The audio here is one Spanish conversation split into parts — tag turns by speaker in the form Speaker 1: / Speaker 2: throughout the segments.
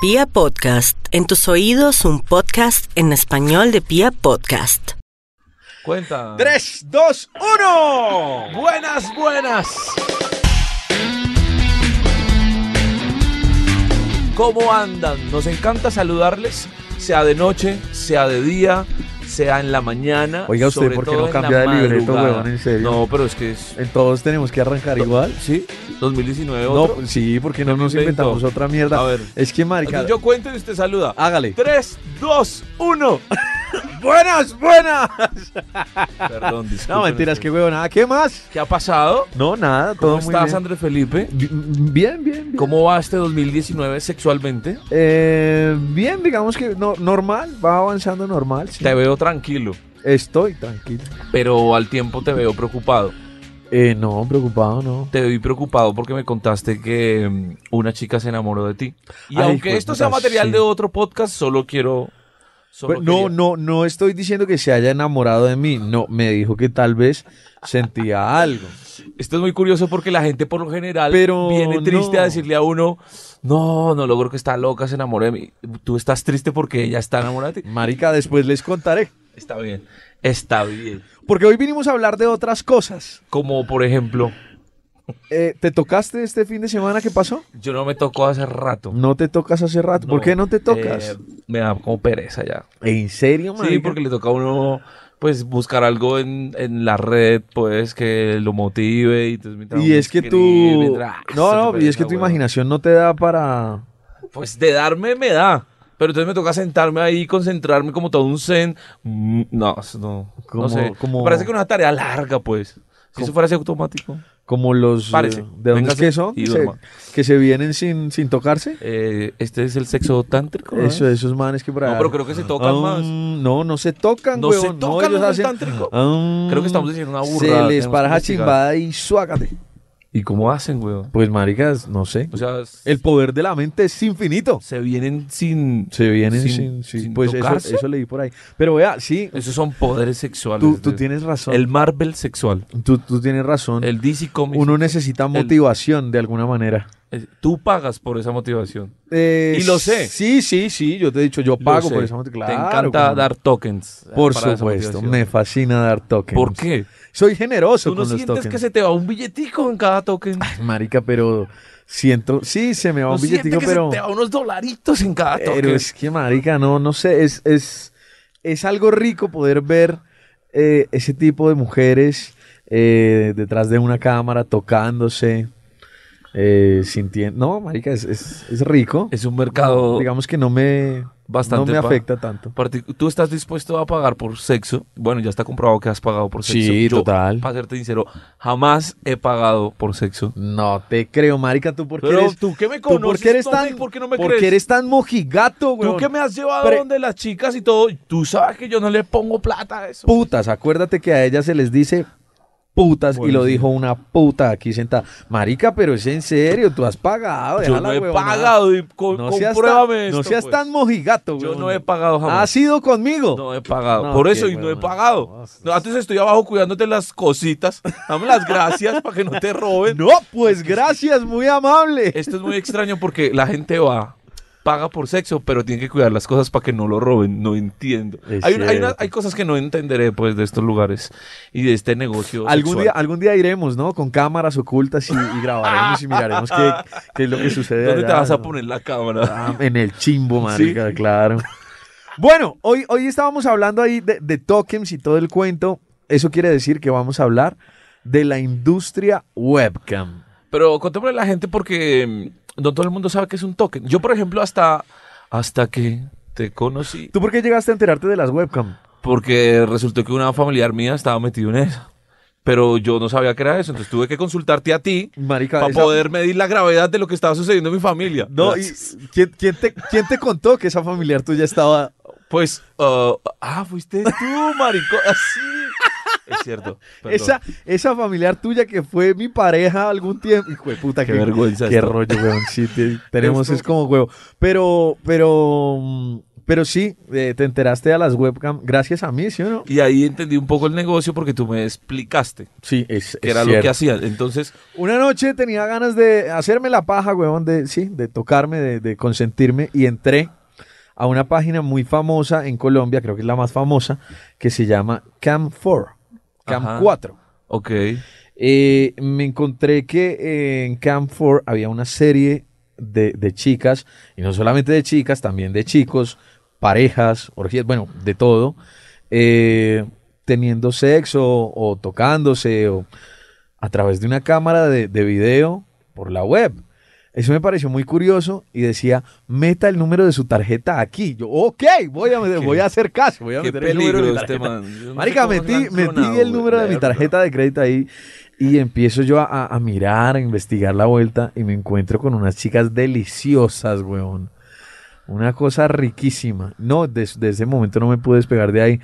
Speaker 1: Pia Podcast, en tus oídos un podcast en español de Pia Podcast.
Speaker 2: Cuenta.
Speaker 3: 3, 2, 1.
Speaker 2: Buenas, buenas. ¿Cómo andan? Nos encanta saludarles, sea de noche, sea de día, sea en la mañana.
Speaker 4: Oiga, usted,
Speaker 2: sobre
Speaker 4: ¿por qué
Speaker 2: todo
Speaker 4: no
Speaker 2: en la
Speaker 4: cambia de libreto,
Speaker 2: madrugada.
Speaker 4: huevón? En serio.
Speaker 2: No, pero es que es.
Speaker 4: Entonces Eh, tenemos que arrancar igual.
Speaker 2: ¿Sí? 2019.
Speaker 4: No,
Speaker 2: Otro.
Speaker 4: pues sí, porque no nos
Speaker 2: invento.
Speaker 4: inventamos otra mierda.
Speaker 2: A ver.
Speaker 4: Es que marica, Ah.
Speaker 2: Entonces yo cuento y usted saluda.
Speaker 4: hágale.
Speaker 2: 3, 2, 1.
Speaker 4: Buenas, buenas.
Speaker 2: Perdón, disculpen.
Speaker 4: No, mentiras, qué
Speaker 2: ustedes.
Speaker 4: huevona. Ah, ¿Qué más?
Speaker 2: ¿Qué ha pasado?
Speaker 4: No, nada, todo
Speaker 2: este. ¿Cómo
Speaker 4: muy
Speaker 2: estás,
Speaker 4: bien.
Speaker 2: Andrés Felipe?
Speaker 4: Bien, bien, bien.
Speaker 2: ¿Cómo va este 2019 sexualmente?
Speaker 4: Eh, bien, digamos que no, normal, va avanzando normal. sí.
Speaker 2: Te veo tranquilo,
Speaker 4: Estoy tranquilo.
Speaker 2: pero al tiempo te veo preocupado.
Speaker 4: Eh, no, preocupado, no.
Speaker 2: Te vi preocupado porque me contaste que mm, una chica se enamoró de ti. Y
Speaker 4: Ay, hijo
Speaker 2: aunque
Speaker 4: de
Speaker 2: esto
Speaker 4: puta,
Speaker 2: sea material
Speaker 4: sí.
Speaker 2: de otro podcast, solo quiero... solo
Speaker 4: Pues, no,
Speaker 2: quería-
Speaker 4: no, no estoy diciendo que se haya enamorado de mí. No, me dijo que tal vez sentía algo.
Speaker 2: Esto es muy curioso porque la gente por lo general
Speaker 4: Pero
Speaker 2: viene triste
Speaker 4: no.
Speaker 2: a decirle a uno, no, no logro que está loca, se enamoró de mí. Tú estás triste porque ella está enamorada de ti.
Speaker 4: Marica, después les contaré.
Speaker 2: Está bien, está bien.
Speaker 4: Porque hoy vinimos a hablar de otras cosas.
Speaker 2: Como por ejemplo,
Speaker 4: Eh, ¿Te tocaste este fin de semana que pasó?
Speaker 2: yo no me tocó hace rato.
Speaker 4: No te tocas hace rato. ¿Por qué no te tocas?
Speaker 2: Eh, me da como pereza ya.
Speaker 4: ¿En serio, marica?
Speaker 2: Sí, porque le toca a uno pues buscar algo en, en la red, pues que lo motive y entonces mientras
Speaker 4: Y
Speaker 2: uno
Speaker 4: es que
Speaker 2: escribe,
Speaker 4: tú...
Speaker 2: mientras- ah, se
Speaker 4: No, no,
Speaker 2: me
Speaker 4: y es que
Speaker 2: pereza,
Speaker 4: tu
Speaker 2: weón.
Speaker 4: imaginación no te da para...
Speaker 2: Pues de darme me da, pero entonces me toca sentarme ahí, concentrarme como todo un zen. Mm, No, eso no, no
Speaker 4: Como-
Speaker 2: sé.
Speaker 4: como-
Speaker 2: Me Parece que una tarea larga, pues. Si eso fuera así automático.
Speaker 4: Como los... eh,
Speaker 2: Párese,
Speaker 4: ¿De dónde es
Speaker 2: véngase
Speaker 4: que son?
Speaker 2: y
Speaker 4: Se-
Speaker 2: duerma.
Speaker 4: que se vienen sin, sin tocarse.
Speaker 2: Eh, este es el sexo tántrico. ¿eh? ¿no?
Speaker 4: Eso, esos manes que por
Speaker 2: No,
Speaker 4: allá-
Speaker 2: pero creo que se tocan
Speaker 4: Ah,
Speaker 2: más.
Speaker 4: No, no se tocan,
Speaker 2: No se
Speaker 4: weón.
Speaker 2: tocan
Speaker 4: ellos
Speaker 2: los
Speaker 4: hacen-
Speaker 2: tántricos.
Speaker 4: Ah,
Speaker 2: Creo que estamos diciendo una burrada,
Speaker 4: Se les
Speaker 2: tenemos
Speaker 4: para
Speaker 2: que
Speaker 4: la
Speaker 2: investigar.
Speaker 4: chimbada y suágate.
Speaker 2: ¿Y cómo hacen, weón?
Speaker 4: Pues, maricas, no sé.
Speaker 2: O sea,
Speaker 4: El poder de la mente es infinito.
Speaker 2: se vienen sin...
Speaker 4: Se vienen
Speaker 2: sin-
Speaker 4: sin,
Speaker 2: sin
Speaker 4: sin- pues eso,
Speaker 2: tocarse.
Speaker 4: eso leí por ahí. Pero vea, sí,
Speaker 2: Esos son poderes sexuales.
Speaker 4: tú, tú
Speaker 2: de-
Speaker 4: tienes razón.
Speaker 2: El Marvel sexual.
Speaker 4: tú, tú tienes razón.
Speaker 2: El DC Comics.
Speaker 4: Uno necesita motivación de alguna manera.
Speaker 2: Eh, Tú pagas por esa motivación.
Speaker 4: Eh,
Speaker 2: Y lo sé.
Speaker 4: Sí, sí, sí. Yo te he dicho, yo
Speaker 2: Lo
Speaker 4: pago
Speaker 2: sé.
Speaker 4: por esa motivación.
Speaker 2: Te encanta dar tokens. eh,
Speaker 4: Por
Speaker 2: para esa
Speaker 4: supuesto,
Speaker 2: motivación.
Speaker 4: me fascina dar tokens.
Speaker 2: ¿Por qué?
Speaker 4: Soy generoso
Speaker 2: Tú no
Speaker 4: con los
Speaker 2: sientes
Speaker 4: tokens.
Speaker 2: que se te va un billetico en cada token.
Speaker 4: Marica, pero siento. Sí, se me va
Speaker 2: ¿No
Speaker 4: un
Speaker 2: sientes
Speaker 4: billetico,
Speaker 2: que
Speaker 4: pero.
Speaker 2: se te va unos dolaritos en cada token.
Speaker 4: Pero es que, marica, no, no sé, es, es, es algo rico poder ver eh, ese tipo de mujeres eh, detrás de una cámara, tocándose, eh, sintiendo... No, marica, es, es, es rico.
Speaker 2: Es un mercado
Speaker 4: Digamos que no me,
Speaker 2: Bastante
Speaker 4: no me
Speaker 2: pa-
Speaker 4: afecta tanto.
Speaker 2: partic- Tú estás dispuesto a pagar por sexo. Bueno, ya está comprobado que has pagado por sexo.
Speaker 4: Sí,
Speaker 2: Yo,
Speaker 4: total.
Speaker 2: Para serte sincero, jamás he pagado por sexo.
Speaker 4: No te creo, marica, tú porque
Speaker 2: Pero
Speaker 4: eres...
Speaker 2: tú que me
Speaker 4: por qué
Speaker 2: conoces,
Speaker 4: eres
Speaker 2: Tommy,
Speaker 4: tan,
Speaker 2: ¿por qué no me
Speaker 4: por qué
Speaker 2: crees?
Speaker 4: eres tan mojigato, güey.
Speaker 2: Tú que me has llevado
Speaker 4: Pre-
Speaker 2: donde las chicas y todo, tú sabes que yo no le pongo plata a eso.
Speaker 4: putas. Acuérdate que a ellas se les dice putas y
Speaker 2: Bueno,
Speaker 4: lo
Speaker 2: sí.
Speaker 4: dijo una puta aquí sentada. Marica, pero es en serio, tú has pagado.
Speaker 2: yo no
Speaker 4: deja la
Speaker 2: he
Speaker 4: huevonada.
Speaker 2: pagado y co-
Speaker 4: No seas,
Speaker 2: compruébame
Speaker 4: tan,
Speaker 2: esto.
Speaker 4: no seas
Speaker 2: pues.
Speaker 4: tan mojigato,
Speaker 2: Yo
Speaker 4: huevón.
Speaker 2: no he pagado jamás.
Speaker 4: ¿Has ido conmigo?
Speaker 2: No he pagado.
Speaker 4: No,
Speaker 2: Por
Speaker 4: qué
Speaker 2: eso y no he
Speaker 4: huevona.
Speaker 2: pagado. No, antes estoy abajo cuidándote las cositas. Dame las gracias para que no te roben.
Speaker 4: No, pues gracias, muy amable.
Speaker 2: Esto es muy extraño porque la gente va, paga por sexo, pero tiene que cuidar las cosas para que no lo roben. No entiendo.
Speaker 4: Es
Speaker 2: Hay, una- hay, una-
Speaker 4: cierto.
Speaker 2: hay cosas que no entenderé pues de estos lugares y de este negocio.
Speaker 4: Algún
Speaker 2: sexual.
Speaker 4: día, algún día iremos, ¿no? Con cámaras ocultas y, y grabaremos y miraremos qué, qué es lo que sucede.
Speaker 2: ¿Dónde te
Speaker 4: allá,
Speaker 2: vas a
Speaker 4: ¿no?
Speaker 2: poner la cámara?
Speaker 4: Ah, En el chimbo, marica, claro. Bueno, hoy, hoy estábamos hablando ahí de, de tokens y todo el cuento. Eso quiere decir que vamos a hablar de la industria webcam.
Speaker 2: Pero contémosle a la gente porque mm, no todo el mundo sabe que es un token. Yo, por ejemplo, hasta, hasta que te conocí,
Speaker 4: ¿Tú por qué llegaste a enterarte de las webcam?
Speaker 2: porque resultó que una familiar mía estaba metida en eso. Pero yo no sabía que era eso, entonces tuve que consultarte a ti
Speaker 4: Marica,
Speaker 2: para
Speaker 4: esa-
Speaker 2: poder medir la gravedad de lo que estaba sucediendo en mi familia.
Speaker 4: No, y-
Speaker 2: Gracias.
Speaker 4: ¿quién, quién te, quién te contó que esa familiar tuya estaba...?
Speaker 2: Pues, ah, ah, fuiste tú, maricón. Así. es cierto. perdón.
Speaker 4: Esa, esa familiar tuya que fue mi pareja algún tiempo. Hijo de puta,
Speaker 2: Qué vergüenza
Speaker 4: Qué
Speaker 2: esto.
Speaker 4: rollo, weón. Sí, te- tenemos,
Speaker 2: Esto-
Speaker 4: es como huevo. Pero, pero, mm, Pero sí, eh, te enteraste a las webcam gracias a mí, ¿sí o no?
Speaker 2: Y ahí entendí un poco el negocio porque tú me explicaste
Speaker 4: Sí, es,
Speaker 2: que era lo que hacían. Entonces,
Speaker 4: Una noche tenía ganas de hacerme la paja, huevón, de, sí, de tocarme, de, de consentirme y entré a una página muy famosa en Colombia, creo que es la más famosa, que se llama Cam4,
Speaker 2: Ajá.
Speaker 4: Cam4.
Speaker 2: ok.
Speaker 4: Eh, me encontré que eh, en Camp 4 había una serie de, de chicas, y no solamente de chicas, también de chicos, parejas, orgías, bueno, de todo, eh, teniendo sexo o tocándose o a través de una cámara de, de video por la web. Eso me pareció muy curioso y decía, meta el número de su tarjeta aquí. Yo, ok, voy a, voy a hacer caso, voy a
Speaker 2: Qué
Speaker 4: meter el número de
Speaker 2: peligro
Speaker 4: mi
Speaker 2: este
Speaker 4: tarjeta.
Speaker 2: man. Yo no sé
Speaker 4: Marica,
Speaker 2: cómo
Speaker 4: metí,
Speaker 2: lanza
Speaker 4: metí
Speaker 2: una,
Speaker 4: el número de mi
Speaker 2: verga.
Speaker 4: tarjeta de crédito ahí y empiezo yo a- a, a mirar, a investigar la vuelta y me encuentro con unas chicas deliciosas, weón. Una cosa riquísima. No, desde ese momento no me pude despegar de ahí.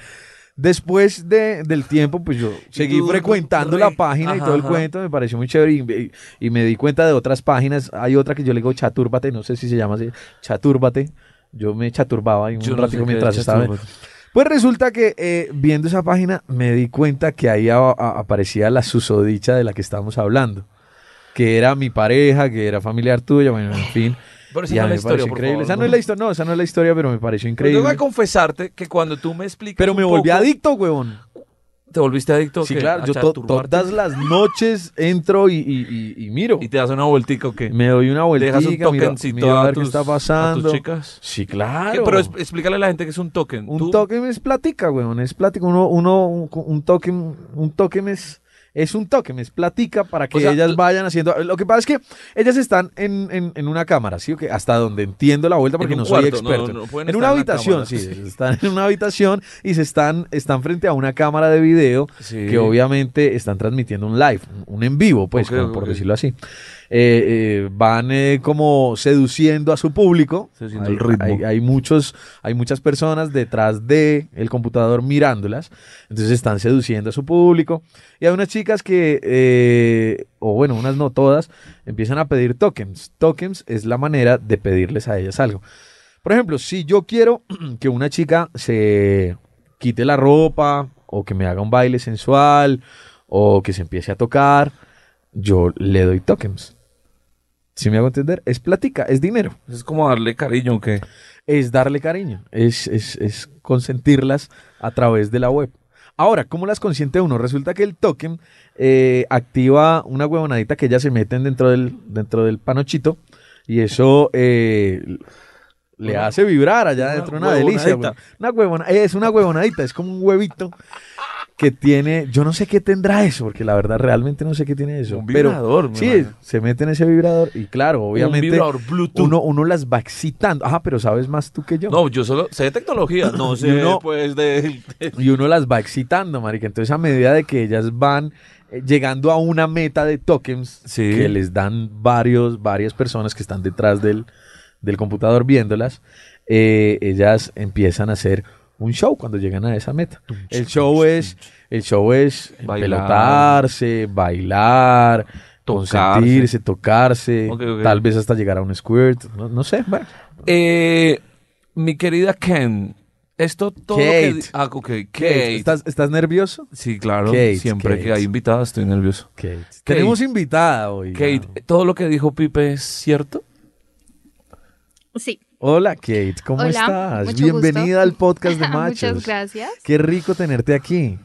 Speaker 4: Después de- del tiempo, pues yo seguí
Speaker 2: tú,
Speaker 4: frecuentando
Speaker 2: re-
Speaker 4: la página y
Speaker 2: ajá,
Speaker 4: todo el
Speaker 2: ajá.
Speaker 4: cuento, me pareció muy chévere y, y- y me di cuenta de otras páginas. Hay otra que yo le digo chatúrbate, no sé si se llama así, chatúrbate. Yo me chaturbaba ahí un
Speaker 2: Yo no sé
Speaker 4: ratico
Speaker 2: qué
Speaker 4: mientras
Speaker 2: es
Speaker 4: estaba. en-
Speaker 2: chatúrbate.
Speaker 4: pues resulta que eh, viendo esa página me di cuenta que ahí a- a- aparecía la susodicha de la que estábamos hablando. Que era mi pareja, que era familiar tuya, bueno, en fin.
Speaker 2: Pero esa
Speaker 4: Y a
Speaker 2: no Pues es
Speaker 4: mí
Speaker 2: la
Speaker 4: me
Speaker 2: historia,
Speaker 4: pareció
Speaker 2: por
Speaker 4: increíble.
Speaker 2: favor,
Speaker 4: Esa no es la historia, no, esa no es la historia, pero me pareció
Speaker 2: Pero
Speaker 4: increíble.
Speaker 2: tengo que confesarte que cuando tú me explicas
Speaker 4: Pero
Speaker 2: un
Speaker 4: me volví
Speaker 2: poco,
Speaker 4: adicto, huevón.
Speaker 2: ¿Te volviste adicto? o
Speaker 4: Sí,
Speaker 2: qué?
Speaker 4: claro,
Speaker 2: ¿A
Speaker 4: yo to-
Speaker 2: chaturbarte?
Speaker 4: todas las noches entro y, y- y- y miro.
Speaker 2: Y te das una vueltica o qué.
Speaker 4: Me doy una
Speaker 2: Le
Speaker 4: vuelta,
Speaker 2: dejas un
Speaker 4: miro, miro
Speaker 2: tokencito
Speaker 4: a
Speaker 2: a
Speaker 4: ver qué
Speaker 2: tus,
Speaker 4: está
Speaker 2: a
Speaker 4: pasando.
Speaker 2: tus chicas.
Speaker 4: Sí,
Speaker 2: ¿Qué?
Speaker 4: claro.
Speaker 2: Pero es- explícale a la gente que es un token.
Speaker 4: Un
Speaker 2: Tú-
Speaker 4: token es platica, weón, es platica. Uno, uno, un, un token, un token es, es un token, es platica para que
Speaker 2: sea,
Speaker 4: ellas
Speaker 2: l-
Speaker 4: vayan haciendo. Lo que pasa es que ellas están en, en- en una cámara, ¿sí? o qué? Hasta donde entiendo la vuelta porque
Speaker 2: En
Speaker 4: no
Speaker 2: un
Speaker 4: soy
Speaker 2: cuarto, no,
Speaker 4: experto.
Speaker 2: no, no
Speaker 4: en
Speaker 2: pueden
Speaker 4: una
Speaker 2: estar en la
Speaker 4: habitación,
Speaker 2: cámara,
Speaker 4: sí,
Speaker 2: sí.
Speaker 4: Están en una habitación y se están, están frente a una cámara de video
Speaker 2: Sí.
Speaker 4: que obviamente están transmitiendo un live, un- un en vivo, pues,
Speaker 2: Ok,
Speaker 4: como por
Speaker 2: ok.
Speaker 4: decirlo así. Eh, eh, van eh, como seduciendo a su público.
Speaker 2: Seduciendo
Speaker 4: Hay-
Speaker 2: el ritmo.
Speaker 4: hay- hay muchos, hay muchas personas detrás de el computador mirándolas, entonces están seduciendo a su público y hay unas chicas que, eh, o bueno, unas no todas, empiezan a pedir tokens. Tokens es la manera de pedirles a ellas algo. Por ejemplo, si yo quiero que una chica se quite la ropa o que me haga un baile sensual o que se empiece a tocar, yo le doy tokens. Si me hago entender, es platica, es dinero
Speaker 2: Es como darle cariño, ¿o ¿qué?
Speaker 4: es darle cariño, es, es- es consentirlas a través de la web. Ahora, ¿cómo las consiente uno? Resulta que el token eh, activa una huevonadita que ellas se meten dentro del, dentro del panochito y eso eh, le
Speaker 2: Una-
Speaker 4: hace vibrar allá
Speaker 2: una
Speaker 4: dentro una delicia.
Speaker 2: huevonadita.
Speaker 4: huevón. Una huevona, es una huevonadita, es como un huevito que tiene, yo no sé qué tendrá eso, porque la verdad realmente no sé qué tiene eso.
Speaker 2: Un
Speaker 4: pero
Speaker 2: vibrador, me
Speaker 4: sí,
Speaker 2: imagino.
Speaker 4: se mete en ese vibrador y claro, obviamente
Speaker 2: Un vibrador Bluetooth.
Speaker 4: uno, uno las va excitando. Ajá, pero sabes más tú que yo.
Speaker 2: No, yo solo sé de tecnología, no sé
Speaker 4: uno-
Speaker 2: pues de... de-
Speaker 4: Y uno las va excitando, marica. Entonces, a medida de que ellas van eh, llegando a una meta de tokens
Speaker 2: Sí.
Speaker 4: que les dan varios, varias personas que están detrás del, del computador viéndolas, eh, ellas empiezan a hacer un show cuando llegan a esa meta. El show es, el show es
Speaker 2: Bailar.
Speaker 4: pelotarse, bailar,
Speaker 2: Tocarse.
Speaker 4: consentirse, tocarse,
Speaker 2: Ok, ok.
Speaker 4: tal vez hasta llegar a un squirt, no, no sé, bueno.
Speaker 2: Eh, mi querida Ken, esto todo...
Speaker 4: Kate.
Speaker 2: Que di- ah, ok, Kate.
Speaker 4: ¿Estás, ¿Estás nervioso?
Speaker 2: Sí, claro,
Speaker 4: Kate,
Speaker 2: siempre que
Speaker 4: Kate.
Speaker 2: hay invitada estoy nervioso.
Speaker 4: Kate. Tenemos invitada hoy.
Speaker 2: Kate,
Speaker 4: Wow.
Speaker 2: ¿todo lo que dijo Pipe es cierto?
Speaker 5: Sí,
Speaker 4: Hola Kate, ¿cómo
Speaker 5: Hola,
Speaker 4: estás?
Speaker 5: mucho
Speaker 4: Bienvenida
Speaker 5: gusto.
Speaker 4: al podcast de Machos.
Speaker 5: muchas gracias.
Speaker 4: Qué rico tenerte aquí.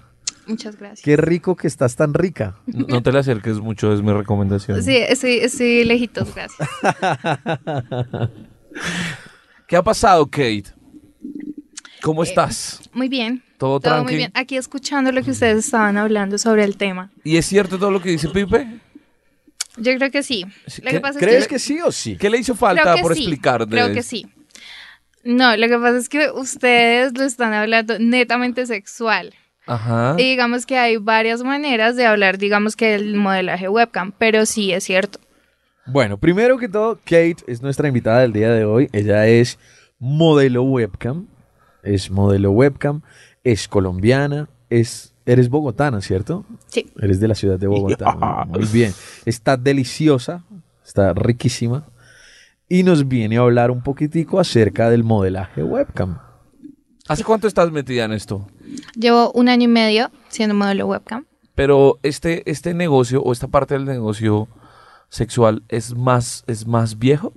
Speaker 5: Muchas gracias.
Speaker 4: Qué rico que estás tan rica.
Speaker 2: No, no te le acerques mucho, es mi recomendación.
Speaker 5: Sí, estoy, estoy lejitos, gracias.
Speaker 2: ¿Qué ha pasado, Kate? ¿Cómo
Speaker 5: Eh,
Speaker 2: estás?
Speaker 5: Muy bien.
Speaker 2: Todo
Speaker 5: muy
Speaker 2: tranqui.
Speaker 5: bien. Aquí escuchando lo que ustedes estaban hablando sobre el tema.
Speaker 2: ¿Y es cierto todo lo que dice Pipe?
Speaker 5: Yo creo que sí.
Speaker 2: Sí,
Speaker 5: Lo
Speaker 2: ¿qué-
Speaker 5: que pasa
Speaker 4: ¿Crees
Speaker 5: es que,
Speaker 4: que sí o sí?
Speaker 2: ¿Qué le hizo
Speaker 5: creo
Speaker 2: falta
Speaker 5: que
Speaker 2: por
Speaker 5: sí,
Speaker 2: explicar? de-
Speaker 5: Creo que sí. No, lo que pasa es que ustedes lo están hablando netamente sexual.
Speaker 4: Ah.
Speaker 2: Ajá.
Speaker 5: Y digamos que hay varias maneras de hablar, digamos que el modelaje webcam, pero sí es cierto.
Speaker 4: Bueno, primero que todo, Kate es nuestra invitada del día de hoy. Ella es modelo webcam. Es modelo webcam. Es colombiana. Es, eres bogotana, ¿cierto?
Speaker 5: Sí.
Speaker 4: Eres de la ciudad de Bogotá. Muy bien. Está deliciosa, está riquísima. Y nos viene a hablar un poquitico acerca del modelaje webcam.
Speaker 2: ¿Hace cuánto estás metida en esto?
Speaker 5: Llevo un año y medio siendo modelo webcam.
Speaker 2: Pero este, este negocio o esta parte del negocio sexual es más, es más viejo.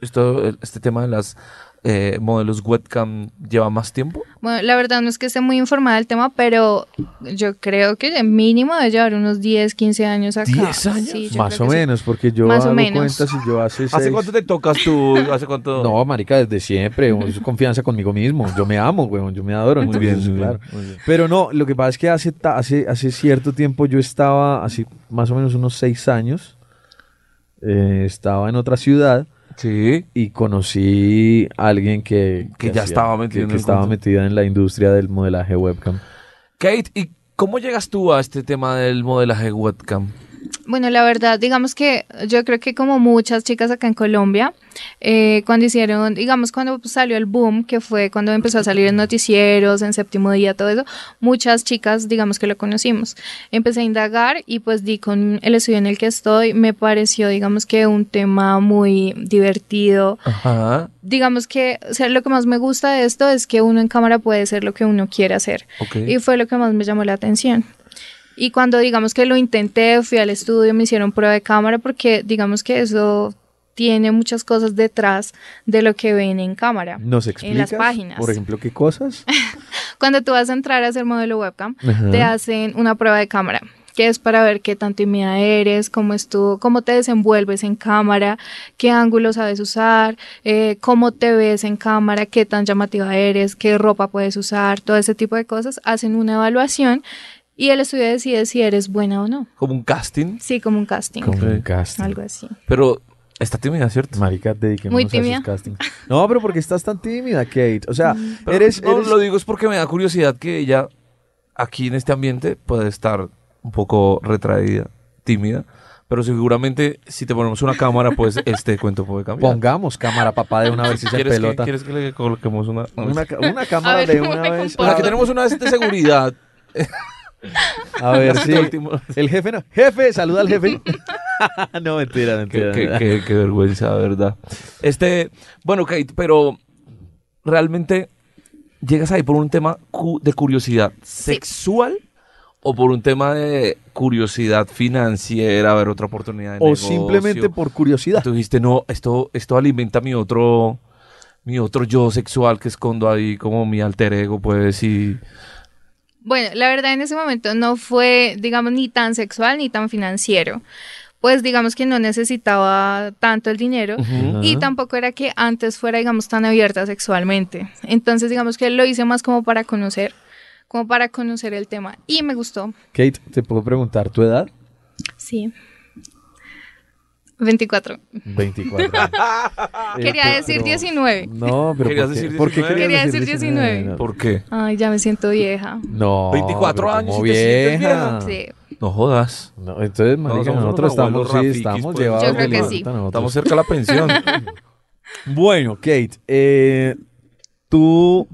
Speaker 2: Esto, el- este tema de las eh, modelos webcam lleva más tiempo.
Speaker 5: Bueno, la verdad no es que esté muy informada del tema, pero yo creo que de mínimo de llevar unos 10, 15 años acá.
Speaker 2: ¿10 años?
Speaker 5: Sí, yo
Speaker 4: Más
Speaker 5: creo
Speaker 4: o
Speaker 5: que sí.
Speaker 4: menos, porque yo
Speaker 5: Más o
Speaker 4: hago
Speaker 5: menos.
Speaker 4: cuentas y yo hace
Speaker 2: ¿Hace
Speaker 4: seis-
Speaker 2: cuánto te tocas tú? ¿Hace cuánto?
Speaker 4: No, marica, desde siempre. weón, Es confianza conmigo mismo. Yo me amo, weón. Yo me adoro.
Speaker 2: Muy bien,
Speaker 4: entonces,
Speaker 2: muy bien,
Speaker 4: claro.
Speaker 2: muy bien.
Speaker 4: Pero no, lo que pasa es que hace, ta- hace, hace cierto tiempo yo estaba, así más o menos unos seis años, eh, estaba en otra ciudad
Speaker 2: Sí.
Speaker 4: y conocí a alguien que,
Speaker 2: Que ya estaba metido
Speaker 4: que-
Speaker 2: en
Speaker 4: que
Speaker 2: el
Speaker 4: estaba
Speaker 2: cuento.
Speaker 4: metida en la industria del modelaje webcam.
Speaker 2: Kate, ¿y cómo llegas tú a este tema del modelaje webcam?
Speaker 5: Bueno, la verdad, digamos que yo creo que como muchas chicas acá en Colombia, eh, cuando hicieron, digamos, cuando salió el boom, que fue cuando empezó a salir en noticieros, en séptimo día, todo eso, muchas chicas, digamos que lo conocimos. Empecé a indagar y pues di con el estudio en el que estoy, me pareció, digamos que un tema muy divertido,
Speaker 2: Ajá.
Speaker 5: digamos que, o sea, lo que más me gusta de esto es que uno en cámara puede ser lo que uno quiere hacer.
Speaker 2: Ok.
Speaker 5: Y fue lo que más me llamó la atención. Y cuando digamos que lo intenté, fui al estudio, me hicieron prueba de cámara porque digamos que eso tiene muchas cosas detrás de lo que ven en cámara.
Speaker 4: ¿Nos
Speaker 5: En las
Speaker 4: explicas,
Speaker 5: páginas.
Speaker 4: por ejemplo, qué cosas?
Speaker 5: Cuando tú vas a entrar a hacer modelo webcam,
Speaker 4: Ajá.
Speaker 5: te hacen una prueba de cámara, que es para ver qué tan tímida eres, cómo es tú, cómo te desenvuelves en cámara, qué ángulo sabes usar, eh, cómo te ves en cámara, qué tan llamativa eres, qué ropa puedes usar, todo ese tipo de cosas. Hacen una evaluación y el estudio decide si eres buena o no.
Speaker 2: Como un casting.
Speaker 5: Sí, como un casting,
Speaker 4: Como un
Speaker 2: Ok.
Speaker 4: casting.
Speaker 5: algo así.
Speaker 2: Pero está tímida, ¿cierto?
Speaker 4: Marica, dediquémonos
Speaker 5: Muy
Speaker 4: a
Speaker 5: tímida. Mm.
Speaker 4: esos castings. No, pero porque estás tan tímida, Kate. O sea,
Speaker 2: Pero
Speaker 4: eres,
Speaker 2: no,
Speaker 4: eres-
Speaker 2: lo digo es porque me da curiosidad que ella aquí en este ambiente puede estar un poco retraída, tímida, pero seguramente si te ponemos una cámara, pues este cuento puede cambiar.
Speaker 4: Pongamos cámara, papá, de una vez y se
Speaker 2: ¿Quieres que,
Speaker 4: pelota.
Speaker 2: quieres que le coloquemos una? no,
Speaker 4: Una, ca- una cámara
Speaker 5: ver,
Speaker 4: de
Speaker 5: ¿cómo
Speaker 4: una
Speaker 5: me
Speaker 4: vez.
Speaker 5: comporto?
Speaker 2: Bueno, aquí tenemos una de seguridad.
Speaker 4: A ver
Speaker 2: Este
Speaker 4: si.
Speaker 2: último-
Speaker 4: El jefe no. Jefe, saluda al jefe. no, mentira,
Speaker 2: Qué,
Speaker 4: mentira.
Speaker 2: qué- qué- qué vergüenza, de ¿verdad? Este, bueno, Kate, pero realmente llegas ahí por un tema cu- de curiosidad sexual o por un tema de curiosidad financiera, ver otra oportunidad de
Speaker 4: O
Speaker 2: negocio.
Speaker 4: simplemente por curiosidad.
Speaker 2: Tú dijiste, no, esto, esto alimenta mi otro, mi otro yo sexual que escondo ahí, como mi alter ego, pues, y...
Speaker 5: Bueno, la verdad en ese momento no fue, digamos, ni tan sexual ni tan financiero. Pues digamos que no necesitaba tanto el dinero. Y
Speaker 4: Ajá.
Speaker 5: tampoco era que antes fuera, digamos, tan abierta sexualmente. Entonces, digamos que lo hice más como para conocer, como para conocer el tema. Y me gustó.
Speaker 4: Kate, ¿te puedo preguntar tu edad?
Speaker 5: Sí. 24.
Speaker 4: 24. Eh,
Speaker 5: Quería
Speaker 4: pero-
Speaker 5: decir
Speaker 4: pero-
Speaker 5: 19.
Speaker 4: No, pero.
Speaker 2: Querías
Speaker 4: ¿por qué?
Speaker 2: decir
Speaker 4: ¿Por qué
Speaker 2: 19?
Speaker 4: querías
Speaker 5: Quería
Speaker 4: decir
Speaker 5: decir 19?
Speaker 2: ¿Por qué?
Speaker 5: Ay, ya me siento vieja.
Speaker 4: No.
Speaker 2: 24
Speaker 4: pero
Speaker 2: años
Speaker 4: como
Speaker 2: y te sientes
Speaker 4: vieja.
Speaker 5: Sí.
Speaker 2: No jodas.
Speaker 4: No, entonces, marica,
Speaker 2: somos
Speaker 4: nosotros
Speaker 2: unos abuelos
Speaker 4: estamos,
Speaker 2: rafiquis,
Speaker 4: sí, estamos
Speaker 2: pues.
Speaker 4: llevados
Speaker 5: Yo creo
Speaker 4: de
Speaker 5: que
Speaker 4: la
Speaker 5: sí.
Speaker 4: puta
Speaker 2: Estamos
Speaker 4: nosotros.
Speaker 2: cerca de la pensión.
Speaker 4: Bueno, Kate, eh, tú,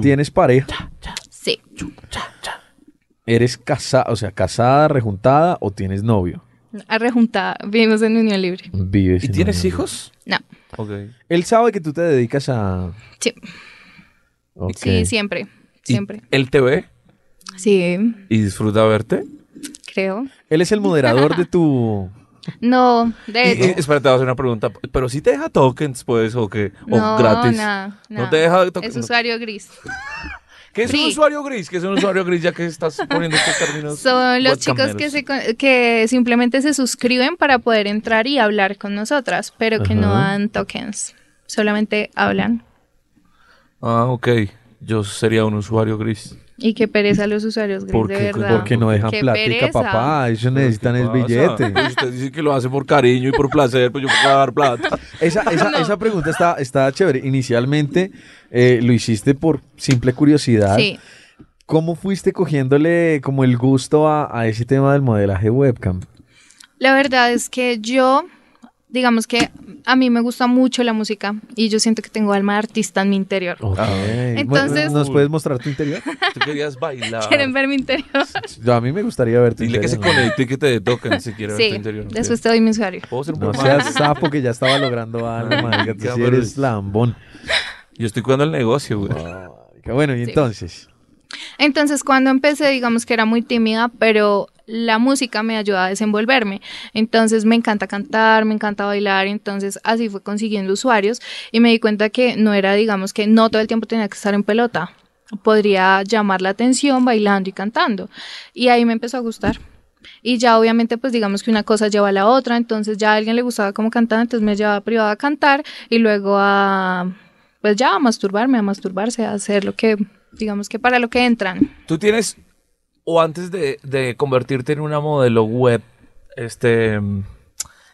Speaker 4: tienes pareja,
Speaker 5: Sí.
Speaker 4: eres casada, o sea, casada, rejuntada o tienes novio.
Speaker 5: Arrejuntada. Vivimos en Unión Libre.
Speaker 4: Vives.
Speaker 2: ¿Y
Speaker 4: en
Speaker 2: tienes
Speaker 4: una-
Speaker 2: hijos?
Speaker 5: No.
Speaker 2: Ok.
Speaker 4: Él sabe que tú te dedicas a.
Speaker 5: Sí.
Speaker 4: Ok.
Speaker 5: Sí, siempre.
Speaker 2: ¿Y
Speaker 5: Siempre.
Speaker 2: ¿Él te ve
Speaker 5: Sí,
Speaker 2: y disfruta verte?
Speaker 5: creo.
Speaker 4: Él es el moderador de tu.
Speaker 5: No, de
Speaker 2: Y- y-
Speaker 5: hecho.
Speaker 2: espera, te voy a hacer una pregunta. ¿Pero si te deja tokens, pues, o qué? ¿O
Speaker 5: No,
Speaker 2: gratis?
Speaker 5: nada,
Speaker 2: No
Speaker 5: nada.
Speaker 2: te deja tokens.
Speaker 5: Es usuario gris.
Speaker 2: ¿Qué es un
Speaker 5: free.
Speaker 2: usuario gris? ¿Qué es un usuario gris ya que estás poniendo estos términos?
Speaker 5: Son los chicos
Speaker 2: webcameros?
Speaker 5: que, se con- que simplemente se suscriben para poder entrar y hablar con nosotras, pero que no
Speaker 4: Ajá.
Speaker 5: dan tokens, solamente hablan.
Speaker 2: Ah, ok. Yo sería un usuario gris.
Speaker 5: Y qué pereza los usuarios gris,
Speaker 2: ¿Por
Speaker 5: de
Speaker 2: qué?
Speaker 5: verdad.
Speaker 4: Porque no dejan
Speaker 5: Qué
Speaker 4: plática,
Speaker 5: pereza.
Speaker 4: papá. Ellos necesitan el
Speaker 2: ¿Qué pasa?
Speaker 4: billete.
Speaker 2: Pues usted dice que lo hace por cariño y por placer, pues yo puedo dar plata.
Speaker 4: Esa, esa,
Speaker 5: No.
Speaker 4: esa pregunta está, está chévere. Inicialmente eh, lo hiciste por simple curiosidad.
Speaker 5: Sí,
Speaker 4: ¿Cómo fuiste cogiéndole como el gusto a, a ese tema del modelaje webcam?
Speaker 5: la verdad es que yo, digamos que a mí me gusta mucho la música y yo siento que tengo alma de artista en mi interior.
Speaker 4: Ok.
Speaker 2: Ah.
Speaker 5: Entonces-
Speaker 4: ¿Nos puedes mostrar tu interior?
Speaker 2: Tú querías bailar.
Speaker 5: ¿Quieren ver mi interior?
Speaker 4: Yo- a mí me gustaría verte.
Speaker 2: Dile que se conecte y que te dé token si quiere ver
Speaker 5: Sí,
Speaker 2: tu interior.
Speaker 5: después te doy mi usuario.
Speaker 2: Puedo ser un
Speaker 4: No
Speaker 2: poco
Speaker 4: seas
Speaker 2: más?
Speaker 4: sapo que ya estaba logrando algo, marica. Tú sí eres lambón.
Speaker 2: Yo estoy cuidando el negocio, güey.
Speaker 4: marica. Bueno, y
Speaker 5: Sí.
Speaker 4: entonces.
Speaker 5: Entonces cuando empecé, digamos que era muy tímida, pero la música me ayuda a desenvolverme. Entonces me encanta cantar, me encanta bailar, entonces así fue consiguiendo usuarios y me di cuenta que no era, digamos que no todo el tiempo tenía que estar en pelota. Podría llamar la atención bailando y cantando. Y ahí me empezó a gustar. Y ya obviamente pues digamos que una cosa lleva a la otra, entonces ya a alguien le gustaba como cantaba, entonces me llevaba privada a cantar y luego a pues ya a masturbarme, a masturbarse, a hacer lo que digamos que para lo que entran.
Speaker 2: Tú tienes, o antes de, de convertirte en una modelo web, este, mm,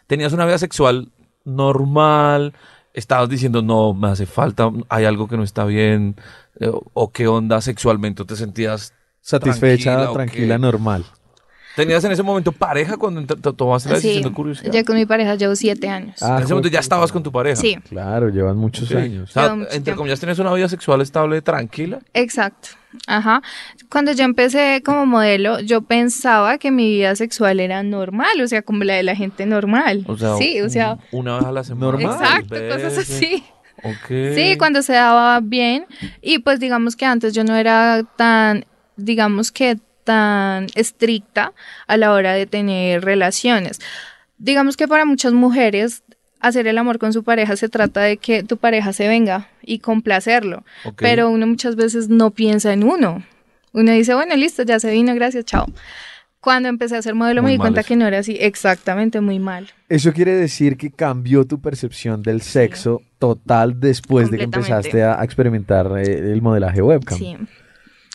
Speaker 2: tenías una vida sexual normal, estabas diciendo, no, me hace falta, hay algo que no está bien, eh, o, o qué onda sexualmente, o te sentías
Speaker 4: Satisfecha,
Speaker 2: o
Speaker 4: tranquila,
Speaker 2: qué?
Speaker 4: normal.
Speaker 2: ¿Tenías en ese momento pareja cuando ent- to- tomaste la
Speaker 5: Sí,
Speaker 2: decisión de curiosidad?
Speaker 5: ya con mi pareja llevo siete años.
Speaker 4: Ah,
Speaker 2: en ese momento ya estabas con tu pareja.
Speaker 5: sí,
Speaker 4: Claro, llevan muchos
Speaker 2: Sí.
Speaker 4: años.
Speaker 2: O sea,
Speaker 5: Lleva mucho
Speaker 2: entre
Speaker 5: tiempo.
Speaker 2: comillas, tienes una vida sexual estable, tranquila.
Speaker 5: exacto. Ajá. Cuando yo empecé como modelo, yo pensaba que mi vida sexual era normal, o sea, como la de la gente normal.
Speaker 2: O sea,
Speaker 5: sí, o sea,
Speaker 2: un- una vez a la semana.
Speaker 4: normal.
Speaker 5: exacto,
Speaker 2: dos
Speaker 5: cosas
Speaker 2: veces.
Speaker 5: así.
Speaker 2: Ok.
Speaker 5: Sí, cuando se daba bien. Y pues digamos que antes yo no era tan, digamos que tan estricta a la hora de tener relaciones. Digamos que para muchas mujeres hacer el amor con su pareja se trata de que tu pareja se venga y complacerlo.
Speaker 2: Ok.
Speaker 5: Pero uno muchas veces no piensa en uno. Uno dice, bueno, listo, ya se vino, gracias, chao. Cuando empecé a ser modelo
Speaker 2: Muy
Speaker 5: me di
Speaker 2: mal
Speaker 5: cuenta
Speaker 2: eso.
Speaker 5: que no era así, exactamente, muy mal.
Speaker 4: Eso quiere decir que cambió tu percepción del sexo total después de que
Speaker 5: Completamente.
Speaker 4: empezaste a a experimentar eh, el modelaje webcam.
Speaker 5: Sí.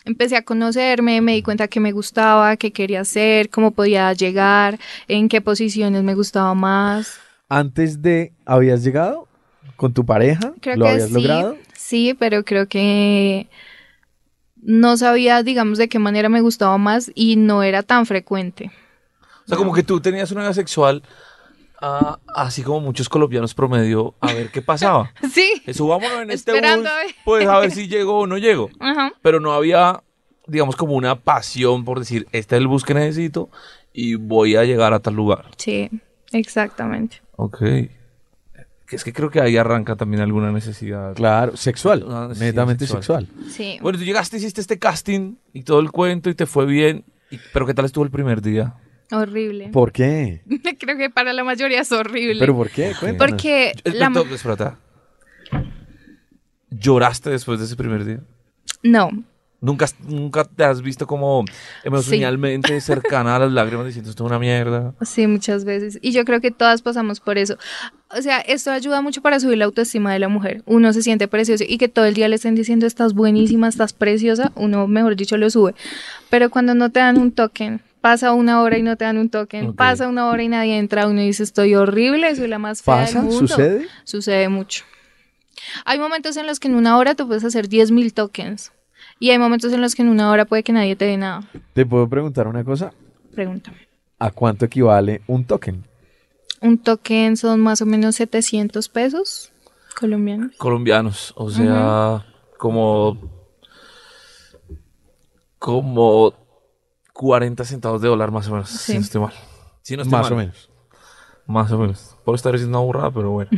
Speaker 5: Empecé a conocerme, me di cuenta que me gustaba, qué quería hacer, cómo podía llegar, en qué posiciones me gustaba más.
Speaker 4: Antes de, ¿habías llegado con tu pareja?
Speaker 5: Creo
Speaker 4: ¿Lo
Speaker 5: que
Speaker 4: habías
Speaker 5: sí,
Speaker 4: logrado?
Speaker 5: sí, pero creo que no sabía, digamos, de qué manera me gustaba más y no era tan frecuente.
Speaker 2: O sea, como que tú tenías una vida sexual, ah, así como muchos colombianos promedio, a ver qué pasaba.
Speaker 5: Sí.
Speaker 2: Eso vámonos en este
Speaker 5: Esperando
Speaker 2: bus,
Speaker 5: a ver.
Speaker 2: pues a ver si llego o no llego.
Speaker 5: Ajá.
Speaker 2: Pero no había, digamos, como una pasión por decir, este es el bus que necesito y voy a llegar a tal lugar.
Speaker 5: Sí, exactamente.
Speaker 2: Ok. Que Es que creo que ahí arranca también alguna necesidad.
Speaker 4: Claro, sexual,
Speaker 2: Una necesidad
Speaker 4: netamente
Speaker 2: Ah, sexual.
Speaker 4: sexual.
Speaker 5: Sí.
Speaker 2: Bueno, tú llegaste, hiciste este casting y todo el cuento y te fue bien. y- pero ¿qué tal estuvo el primer día?
Speaker 5: Horrible.
Speaker 4: ¿Por qué?
Speaker 5: creo que para la mayoría es horrible.
Speaker 4: ¿Pero por qué? Cuéntanos.
Speaker 5: Porque la...
Speaker 2: Espérate, espérate. ¿Lloraste después de ese primer día?
Speaker 5: No,
Speaker 2: ¿Nunca, has- nunca te has visto como emocionalmente cercana a las lágrimas diciendo esto es una mierda?
Speaker 5: Sí, muchas veces. Y yo creo que todas pasamos por eso. O sea, esto ayuda mucho para subir la autoestima de la mujer. Uno se siente precioso y que todo el día le estén diciendo estás buenísima, estás preciosa, uno, mejor dicho, lo sube. Pero cuando no te dan un token, pasa una hora y no te dan un token,
Speaker 2: Ok.
Speaker 5: pasa una hora y nadie entra, uno dice estoy horrible, soy la más fea
Speaker 4: ¿Pasa?
Speaker 5: del mundo.
Speaker 4: ¿Sucede?
Speaker 5: Sucede mucho. Hay momentos en los que en una hora tú puedes hacer 10.000 tokens y hay momentos en los que en una hora puede que nadie te dé nada.
Speaker 4: Te puedo preguntar una cosa.
Speaker 5: Pregúntame.
Speaker 4: ¿A cuánto equivale un token?
Speaker 5: Un token son más o menos 700 pesos colombianos.
Speaker 2: Colombianos, o sea, como... Como 40 centavos de dólar más o menos,
Speaker 5: Sí.
Speaker 2: si no estoy mal. Si no estoy
Speaker 4: Más o
Speaker 2: mal,
Speaker 4: menos.
Speaker 2: Más o menos. Puedo estar diciendo una burrada, pero bueno.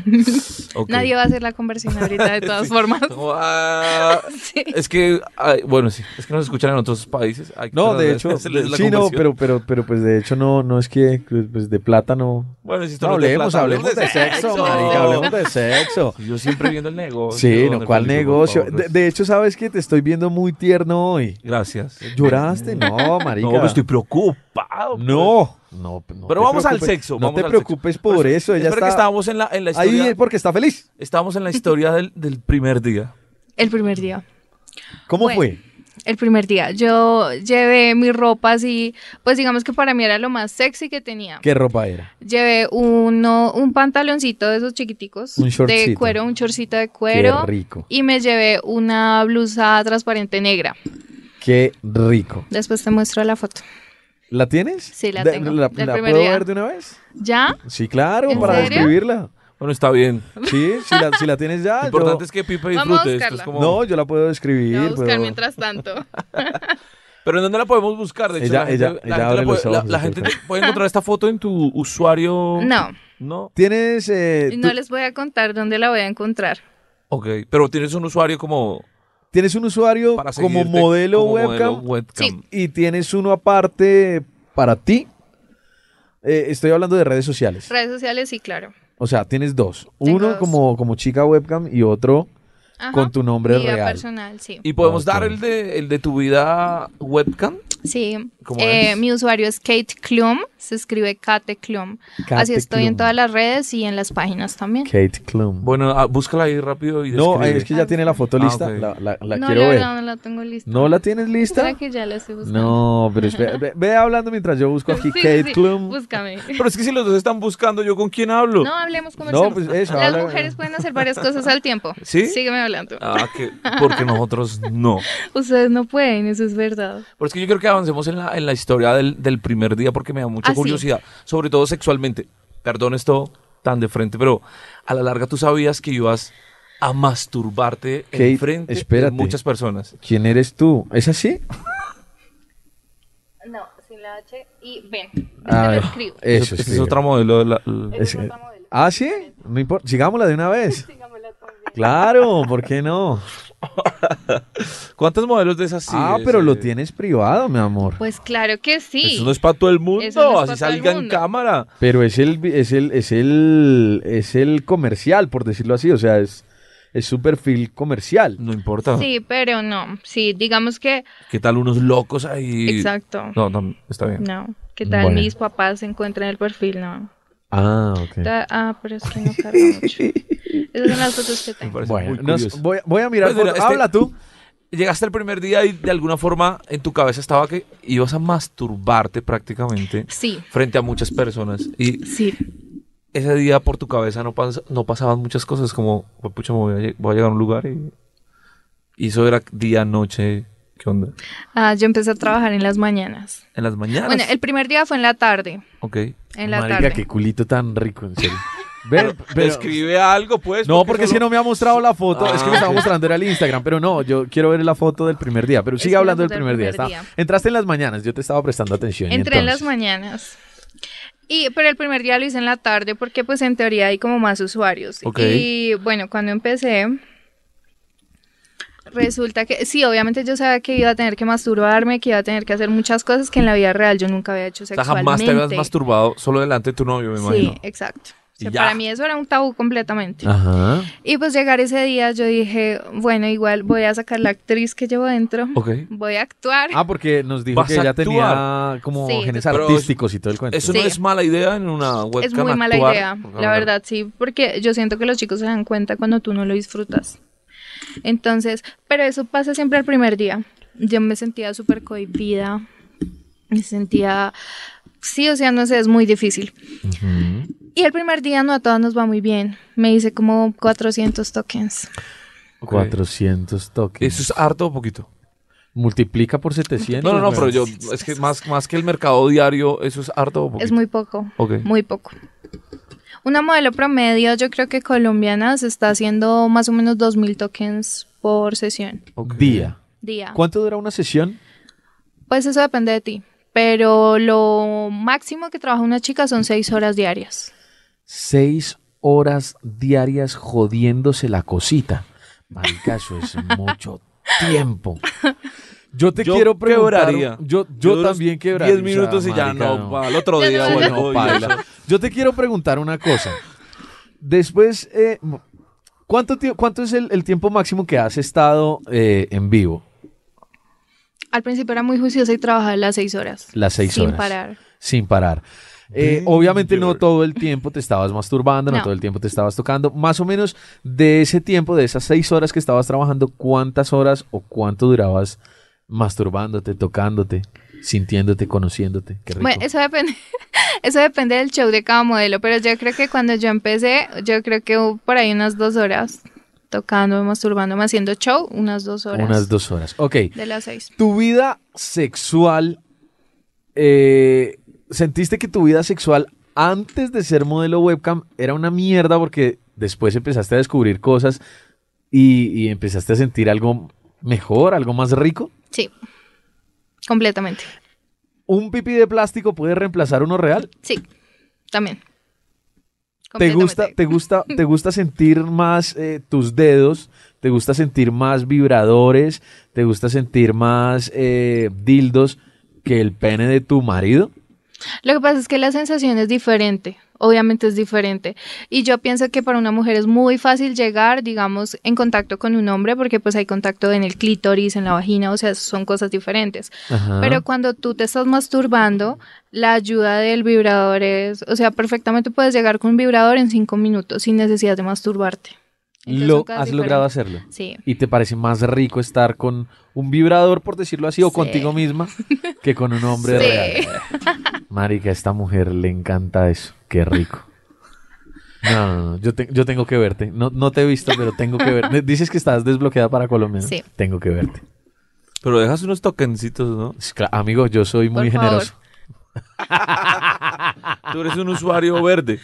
Speaker 2: Ok.
Speaker 5: Nadie va a hacer la conversión ahorita de todas formas.
Speaker 2: Como, ah,
Speaker 5: Sí.
Speaker 2: Es que, ay, bueno, sí, es que nos escuchan en otros países. Hay que
Speaker 4: No, de
Speaker 2: tratar
Speaker 4: hecho,
Speaker 2: hacerles
Speaker 4: de-
Speaker 2: la
Speaker 4: sí, no,
Speaker 2: conversión.
Speaker 4: pero, pero, pero pues de hecho no, no es que pues de plata no.
Speaker 2: Bueno, si esto
Speaker 4: No,
Speaker 2: no es de
Speaker 4: hablemos,
Speaker 2: plata,
Speaker 4: hablemos de sexo, marica, hablemos de sexo.
Speaker 2: Yo siempre viendo el negocio.
Speaker 4: Sí,
Speaker 2: don
Speaker 4: Oh, no, ¿cuál
Speaker 2: Felipe, por
Speaker 4: negocio?
Speaker 2: favor.
Speaker 4: De, de hecho, sabes que te estoy viendo muy tierno hoy.
Speaker 2: Gracias.
Speaker 4: ¿Lloraste? No, marica.
Speaker 2: No, me estoy preocupado. pues.
Speaker 4: No, no, no
Speaker 2: Pero
Speaker 4: te
Speaker 2: vamos al
Speaker 4: preocupes.
Speaker 2: sexo,
Speaker 4: No
Speaker 2: vamos
Speaker 4: te
Speaker 2: al
Speaker 4: preocupes
Speaker 2: sexo.
Speaker 4: por
Speaker 2: Pero
Speaker 4: eso. Ella
Speaker 2: espero
Speaker 4: está
Speaker 2: que estábamos en la, en la
Speaker 4: ahí
Speaker 2: historia.
Speaker 4: es porque está feliz.
Speaker 2: Estábamos en la historia del, del primer día.
Speaker 5: El primer día.
Speaker 4: ¿Cómo
Speaker 5: Bueno.
Speaker 4: fue?
Speaker 5: El primer día. Yo llevé mi ropa así, pues digamos que para mí era lo más sexy que tenía.
Speaker 4: ¿Qué ropa era?
Speaker 5: Llevé uno, un pantaloncito de esos chiquiticos.
Speaker 4: Un
Speaker 5: de
Speaker 4: shortcito.
Speaker 5: cuero, un chorcito de
Speaker 4: Qué
Speaker 5: cuero.
Speaker 4: rico.
Speaker 5: Y me llevé una blusa transparente negra.
Speaker 4: Qué rico.
Speaker 5: Después te muestro la foto.
Speaker 4: ¿La tienes?
Speaker 5: Sí, la
Speaker 4: Da-
Speaker 5: tengo,
Speaker 4: ¿La,
Speaker 5: del
Speaker 4: la
Speaker 5: primer
Speaker 4: puedo
Speaker 5: día.
Speaker 4: ver de una vez?
Speaker 5: ¿Ya?
Speaker 4: Sí, claro,
Speaker 5: ¿En
Speaker 4: para
Speaker 5: serio?
Speaker 4: describirla.
Speaker 2: Bueno, está bien.
Speaker 4: Sí, si la, si la tienes ya.
Speaker 2: Lo importante
Speaker 4: Ah, yo-
Speaker 2: es que Pipe
Speaker 5: Vamos a
Speaker 2: disfrute. Esto es
Speaker 5: buscarla.
Speaker 2: como-
Speaker 4: No, yo la puedo describir.
Speaker 5: La voy a buscar
Speaker 4: pero-
Speaker 5: mientras tanto.
Speaker 2: Pero ¿en dónde la podemos buscar? De hecho,
Speaker 4: Ella-
Speaker 2: la gente,
Speaker 4: ella-
Speaker 2: la
Speaker 4: ella
Speaker 2: gente la
Speaker 4: abre
Speaker 2: puede,
Speaker 4: los
Speaker 2: la-
Speaker 4: ojos,
Speaker 2: la
Speaker 4: yo
Speaker 2: gente
Speaker 4: creo.
Speaker 2: te- puede encontrar esta foto en tu usuario.
Speaker 5: No.
Speaker 2: No.
Speaker 4: Tienes. eh,
Speaker 5: No
Speaker 4: tú-
Speaker 5: les voy a contar dónde la voy a encontrar.
Speaker 2: Ok, pero tienes un usuario como
Speaker 4: Tienes un usuario
Speaker 2: para
Speaker 4: como
Speaker 2: seguirte
Speaker 4: modelo
Speaker 2: como
Speaker 4: webcam
Speaker 2: modelo webcam.
Speaker 4: y tienes uno aparte para ti. Eh, estoy hablando de redes sociales.
Speaker 5: Redes sociales, sí, claro.
Speaker 4: O sea, tienes dos.
Speaker 5: Tengo
Speaker 4: uno
Speaker 5: dos.
Speaker 4: como, como chica webcam y otro
Speaker 5: Ajá.
Speaker 4: con tu nombre
Speaker 5: Vida
Speaker 4: real.
Speaker 5: personal, sí.
Speaker 2: ¿Y podemos
Speaker 4: Ok.
Speaker 2: dar el de, el de tu vida webcam?
Speaker 5: Sí.
Speaker 2: ¿Cómo
Speaker 5: Eh,
Speaker 2: es?
Speaker 5: mi usuario es Kate Klum, se escribe Kate Klum.
Speaker 4: Kate
Speaker 5: Así estoy
Speaker 4: Klum.
Speaker 5: en todas las redes y en las páginas también.
Speaker 4: Kate Klum.
Speaker 2: Bueno, ah, búscala ahí rápido y
Speaker 4: no,
Speaker 2: describe.
Speaker 4: es que ya tiene la foto
Speaker 2: Ah,
Speaker 4: lista.
Speaker 2: ok.
Speaker 4: La, la- la
Speaker 5: no,
Speaker 4: quiero
Speaker 5: la
Speaker 4: ver.
Speaker 5: verdad no la tengo lista.
Speaker 4: ¿No la tienes lista?
Speaker 5: Espera que ya la estoy buscando.
Speaker 4: No, pero espera, ve, ve hablando mientras yo busco aquí
Speaker 5: Sí, sí,
Speaker 4: Kate
Speaker 5: sí,
Speaker 4: Klum.
Speaker 5: Búscame.
Speaker 2: Pero es que si los dos están buscando, ¿yo con quién hablo?
Speaker 5: No hablemos comercial.
Speaker 4: No, pues eso.
Speaker 5: Las
Speaker 4: habla-
Speaker 5: mujeres pueden hacer varias cosas al tiempo.
Speaker 2: ¿Sí?
Speaker 5: Sígueme hablando.
Speaker 2: Ah, que, porque nosotros no.
Speaker 5: Ustedes no pueden, eso es verdad.
Speaker 2: Pero es que yo creo que avancemos en la, en la historia del, del primer día porque me da mucha
Speaker 5: Ah, sí.
Speaker 2: curiosidad, sobre todo sexualmente. Perdón esto tan de frente, pero a la larga tú sabías que ibas a masturbarte
Speaker 4: Kate,
Speaker 2: en frente de
Speaker 4: espérate.
Speaker 2: muchas personas.
Speaker 4: ¿Quién eres tú? ¿Es así?
Speaker 5: No, sin la H y ven.
Speaker 4: Ah,
Speaker 2: Ese-
Speaker 4: eso
Speaker 2: ese es
Speaker 4: escribe.
Speaker 2: otro modelo. de la- la-
Speaker 4: Es- Ah, sí, no importa. Sigámosla de una vez. Claro, ¿por qué no?
Speaker 2: ¿Cuántos modelos de esas sí?
Speaker 4: ah,
Speaker 2: es,
Speaker 4: pero
Speaker 2: eh?
Speaker 4: lo tienes privado, mi amor.
Speaker 5: Pues claro que sí.
Speaker 2: Eso no es para todo el mundo,
Speaker 5: Eso no es
Speaker 2: así
Speaker 5: pa' todo el
Speaker 2: salga en
Speaker 5: mundo.
Speaker 2: cámara.
Speaker 4: Pero es el, vi- es el, es el, es el comercial, por decirlo así. O sea, es, es su perfil comercial.
Speaker 2: No importa.
Speaker 5: Sí, pero no. Sí, digamos que.
Speaker 2: ¿Qué tal unos locos ahí?
Speaker 5: Exacto.
Speaker 2: No, no, está bien.
Speaker 5: No. ¿Qué tal
Speaker 4: Bueno.
Speaker 5: mis papás se encuentran el perfil? No.
Speaker 4: Ah, ok.
Speaker 5: Ta- Ah, pero es que no carga mucho. Esas son las fotos que
Speaker 2: Me
Speaker 5: tengo.
Speaker 2: parece
Speaker 4: Bueno,
Speaker 2: muy
Speaker 4: nos-
Speaker 2: curioso.
Speaker 4: voy, voy a mirar.
Speaker 2: Pues mira,
Speaker 4: foto-
Speaker 2: este-
Speaker 4: Habla tú.
Speaker 2: Llegaste el primer día y de alguna forma en tu cabeza estaba que ibas a masturbarte prácticamente
Speaker 5: Sí,
Speaker 2: frente a muchas personas. Y
Speaker 5: sí.
Speaker 2: ese día por tu cabeza no, pas- no pasaban muchas cosas como, "Pues, pucha, me voy a, lle- voy a llegar a un lugar y... y eso era día, noche, ¿qué onda?
Speaker 5: Ah, yo empecé a trabajar en las mañanas.
Speaker 2: En las mañanas.
Speaker 5: Bueno, el primer día fue en la tarde.
Speaker 2: Ok.
Speaker 5: En la
Speaker 4: Marica,
Speaker 5: tarde.
Speaker 4: qué culito tan rico, en serio. Ven, pero-
Speaker 2: Escribe algo, pues.
Speaker 4: No, porque si
Speaker 2: solo-
Speaker 4: no me ha mostrado la foto, es que me
Speaker 2: Ah,
Speaker 4: estaba
Speaker 2: ok.
Speaker 4: mostrando era el Instagram, pero no, yo quiero ver la foto del primer día, pero
Speaker 5: Es
Speaker 4: sigue
Speaker 5: la
Speaker 4: hablando del
Speaker 5: foto
Speaker 4: primer, día. está- entraste en las mañanas, yo te estaba prestando atención. y
Speaker 5: Entré en las
Speaker 4: entonces-
Speaker 5: mañanas. Y, pero el primer día lo hice en la tarde porque pues en teoría hay como más usuarios.
Speaker 2: Ok.
Speaker 5: Y bueno, cuando empecé, resulta que sí, obviamente yo sabía que iba a tener que masturbarme, que iba a tener que hacer muchas cosas que en la vida real yo nunca había hecho
Speaker 2: O sea,
Speaker 5: sexualmente.
Speaker 2: jamás te habías masturbado solo delante de tu novio, me imagino.
Speaker 5: Sí, exacto. O
Speaker 2: Y
Speaker 5: sea,
Speaker 2: ya. Ah.
Speaker 5: para mí eso era un tabú completamente.
Speaker 4: Ajá.
Speaker 5: Y pues llegar ese día yo dije, bueno, igual voy a sacar la actriz que llevo dentro,
Speaker 2: Ok.
Speaker 5: voy a actuar.
Speaker 4: Ah, porque nos dijo
Speaker 2: Vas
Speaker 4: que
Speaker 2: a
Speaker 4: ella
Speaker 2: actuar.
Speaker 4: tenía como
Speaker 5: Sí,
Speaker 4: genes
Speaker 2: total.
Speaker 4: artísticos y todo el cuento.
Speaker 2: Eso no
Speaker 5: Sí.
Speaker 2: es mala idea en una webcam
Speaker 5: es muy mala
Speaker 2: pues actuar.
Speaker 5: idea,
Speaker 2: Porque,
Speaker 5: la
Speaker 2: a ver,
Speaker 5: verdad, sí, porque yo siento que los chicos se dan cuenta cuando tú no lo disfrutas. Entonces, pero eso pasa siempre el primer día. Yo me sentía súper cohibida, me sentía, sí, o sea, no sé, es muy difícil. Y el primer día no a todas nos va muy bien. Me hice como 400 tokens.
Speaker 2: ok.
Speaker 4: 400 toques.
Speaker 2: ¿Eso es harto o poquito?
Speaker 4: Multiplica por 700.
Speaker 2: No, no, no, pero yo,
Speaker 4: weón.
Speaker 2: es que más, más que el mercado diario, eso es harto o poquito.
Speaker 5: Es muy poco,
Speaker 2: Ok.
Speaker 5: muy poco. Una modelo promedio, yo creo que colombiana se está haciendo más o menos 2.000 tokens por sesión,
Speaker 2: Ok.
Speaker 4: Día.
Speaker 5: día.
Speaker 4: ¿Cuánto dura una sesión?
Speaker 5: Pues eso depende de ti. Pero lo máximo que trabaja una chica son seis horas diarias.
Speaker 4: Seis horas diarias jodiéndose la cosita. Marica, eso es mucho tiempo. Yo te
Speaker 2: Yo
Speaker 4: quiero preguntar.
Speaker 2: quebraría.
Speaker 4: Yo, yo
Speaker 2: duro
Speaker 4: también quebraría.
Speaker 2: 10 minutos y ya no, pa, al otro
Speaker 5: Ya
Speaker 2: día
Speaker 5: no,
Speaker 2: bueno,
Speaker 4: Bueno,
Speaker 2: y
Speaker 4: paila.
Speaker 2: eso.
Speaker 4: Yo te quiero preguntar una cosa. Después, eh, ¿cuánto, tie- ¿cuánto es el, el tiempo máximo que has estado eh, en vivo?
Speaker 5: Al principio era muy juiciosa y trabajaba las seis horas.
Speaker 4: Las seis
Speaker 5: sin
Speaker 4: horas.
Speaker 5: parar.
Speaker 4: Sin parar. Eh,
Speaker 2: Danger.
Speaker 4: obviamente no todo el tiempo te estabas masturbando, no.
Speaker 5: No.
Speaker 4: todo el tiempo te estabas tocando. Más o menos de ese tiempo, de esas seis horas que estabas trabajando, ¿cuántas horas o cuánto durabas masturbándote, tocándote, sintiéndote, conociéndote? Qué rico.
Speaker 5: Bueno, eso depende, eso depende del show de cada modelo. Pero yo creo que cuando yo empecé, yo creo que hubo por ahí unas dos horas tocando, masturbándome, haciendo show, unas dos horas.
Speaker 4: Unas dos horas. Ok.
Speaker 5: De las seis.
Speaker 4: Tu vida sexual, eh, ¿sentiste que tu vida sexual antes de ser modelo webcam era una mierda porque después empezaste a descubrir cosas y, y empezaste a sentir algo mejor, algo más rico?
Speaker 5: Sí. Completamente.
Speaker 4: ¿Un pipí de plástico puede reemplazar uno real?
Speaker 5: Sí. También.
Speaker 4: ¿Te gusta,
Speaker 5: Completamente.
Speaker 4: te gusta, te gusta sentir más eh, tus dedos te gusta sentir más vibradores, te gusta sentir más eh, dildos que el pene de tu marido.
Speaker 5: Lo que pasa es que la sensación es diferente, obviamente es diferente. Y yo pienso que para una mujer es muy fácil llegar, digamos, en contacto con un hombre, porque pues hay contacto en el clítoris, en la vagina, o sea, son cosas diferentes.
Speaker 4: Ajá.
Speaker 5: Pero cuando tú te estás masturbando, la ayuda del vibrador es, o sea, perfectamente puedes llegar con un vibrador en cinco minutos sin necesidad de masturbarte. Entonces,
Speaker 4: Lo,
Speaker 5: son cosas
Speaker 4: has logrado
Speaker 5: diferentes.
Speaker 4: hacerlo.
Speaker 5: Sí.
Speaker 4: Y te parece más rico estar con un vibrador, por decirlo así, o
Speaker 5: Sí.
Speaker 4: contigo misma, que con un hombre
Speaker 5: Sí.
Speaker 4: real. Marica, a esta mujer le encanta eso. Qué rico. No, no, no, Yo, te- yo tengo que verte. No, no te he visto, pero tengo que verte. Dices que estás desbloqueada para Colombia. ¿no?
Speaker 5: Sí.
Speaker 4: Tengo que verte.
Speaker 2: Pero dejas unos tokencitos, ¿no?
Speaker 4: Es cla- Amigo, yo soy muy
Speaker 5: Por favor.
Speaker 4: generoso.
Speaker 2: Tú eres un usuario verde.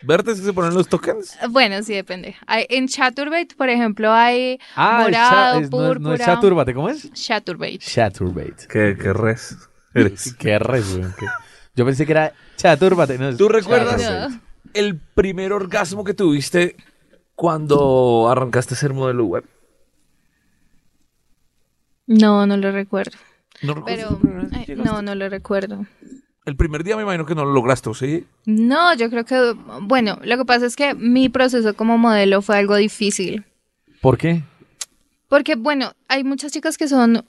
Speaker 2: ¿Verde es que se ponen los tokens?
Speaker 5: Bueno, sí depende. Hay- en Chaturbate, por ejemplo, hay
Speaker 4: es
Speaker 5: morado,
Speaker 4: Ah, cha- es- no, es-
Speaker 5: púrpura.
Speaker 4: no es Chaturbate, ¿cómo es?
Speaker 5: Chaturbate.
Speaker 4: Chaturbate.
Speaker 2: ¿Qué, qué res? Eres.
Speaker 4: Qué re, weón, qué- Yo pensé que era Chaturbate. no, es
Speaker 2: ¿Tú recuerdas
Speaker 4: Chaturbate.
Speaker 2: el primer orgasmo que tuviste cuando arrancaste a ser modelo web?
Speaker 5: No, no lo recuerdo.
Speaker 2: No recuerdo.
Speaker 5: Pero eh, no, no lo recuerdo.
Speaker 2: El primer día me imagino que no lo lograste, ¿o ¿sí?
Speaker 5: No, yo creo que, bueno, lo que pasa es que mi proceso como modelo fue algo difícil.
Speaker 4: ¿Por qué?
Speaker 5: Porque, bueno, hay muchas chicas que son,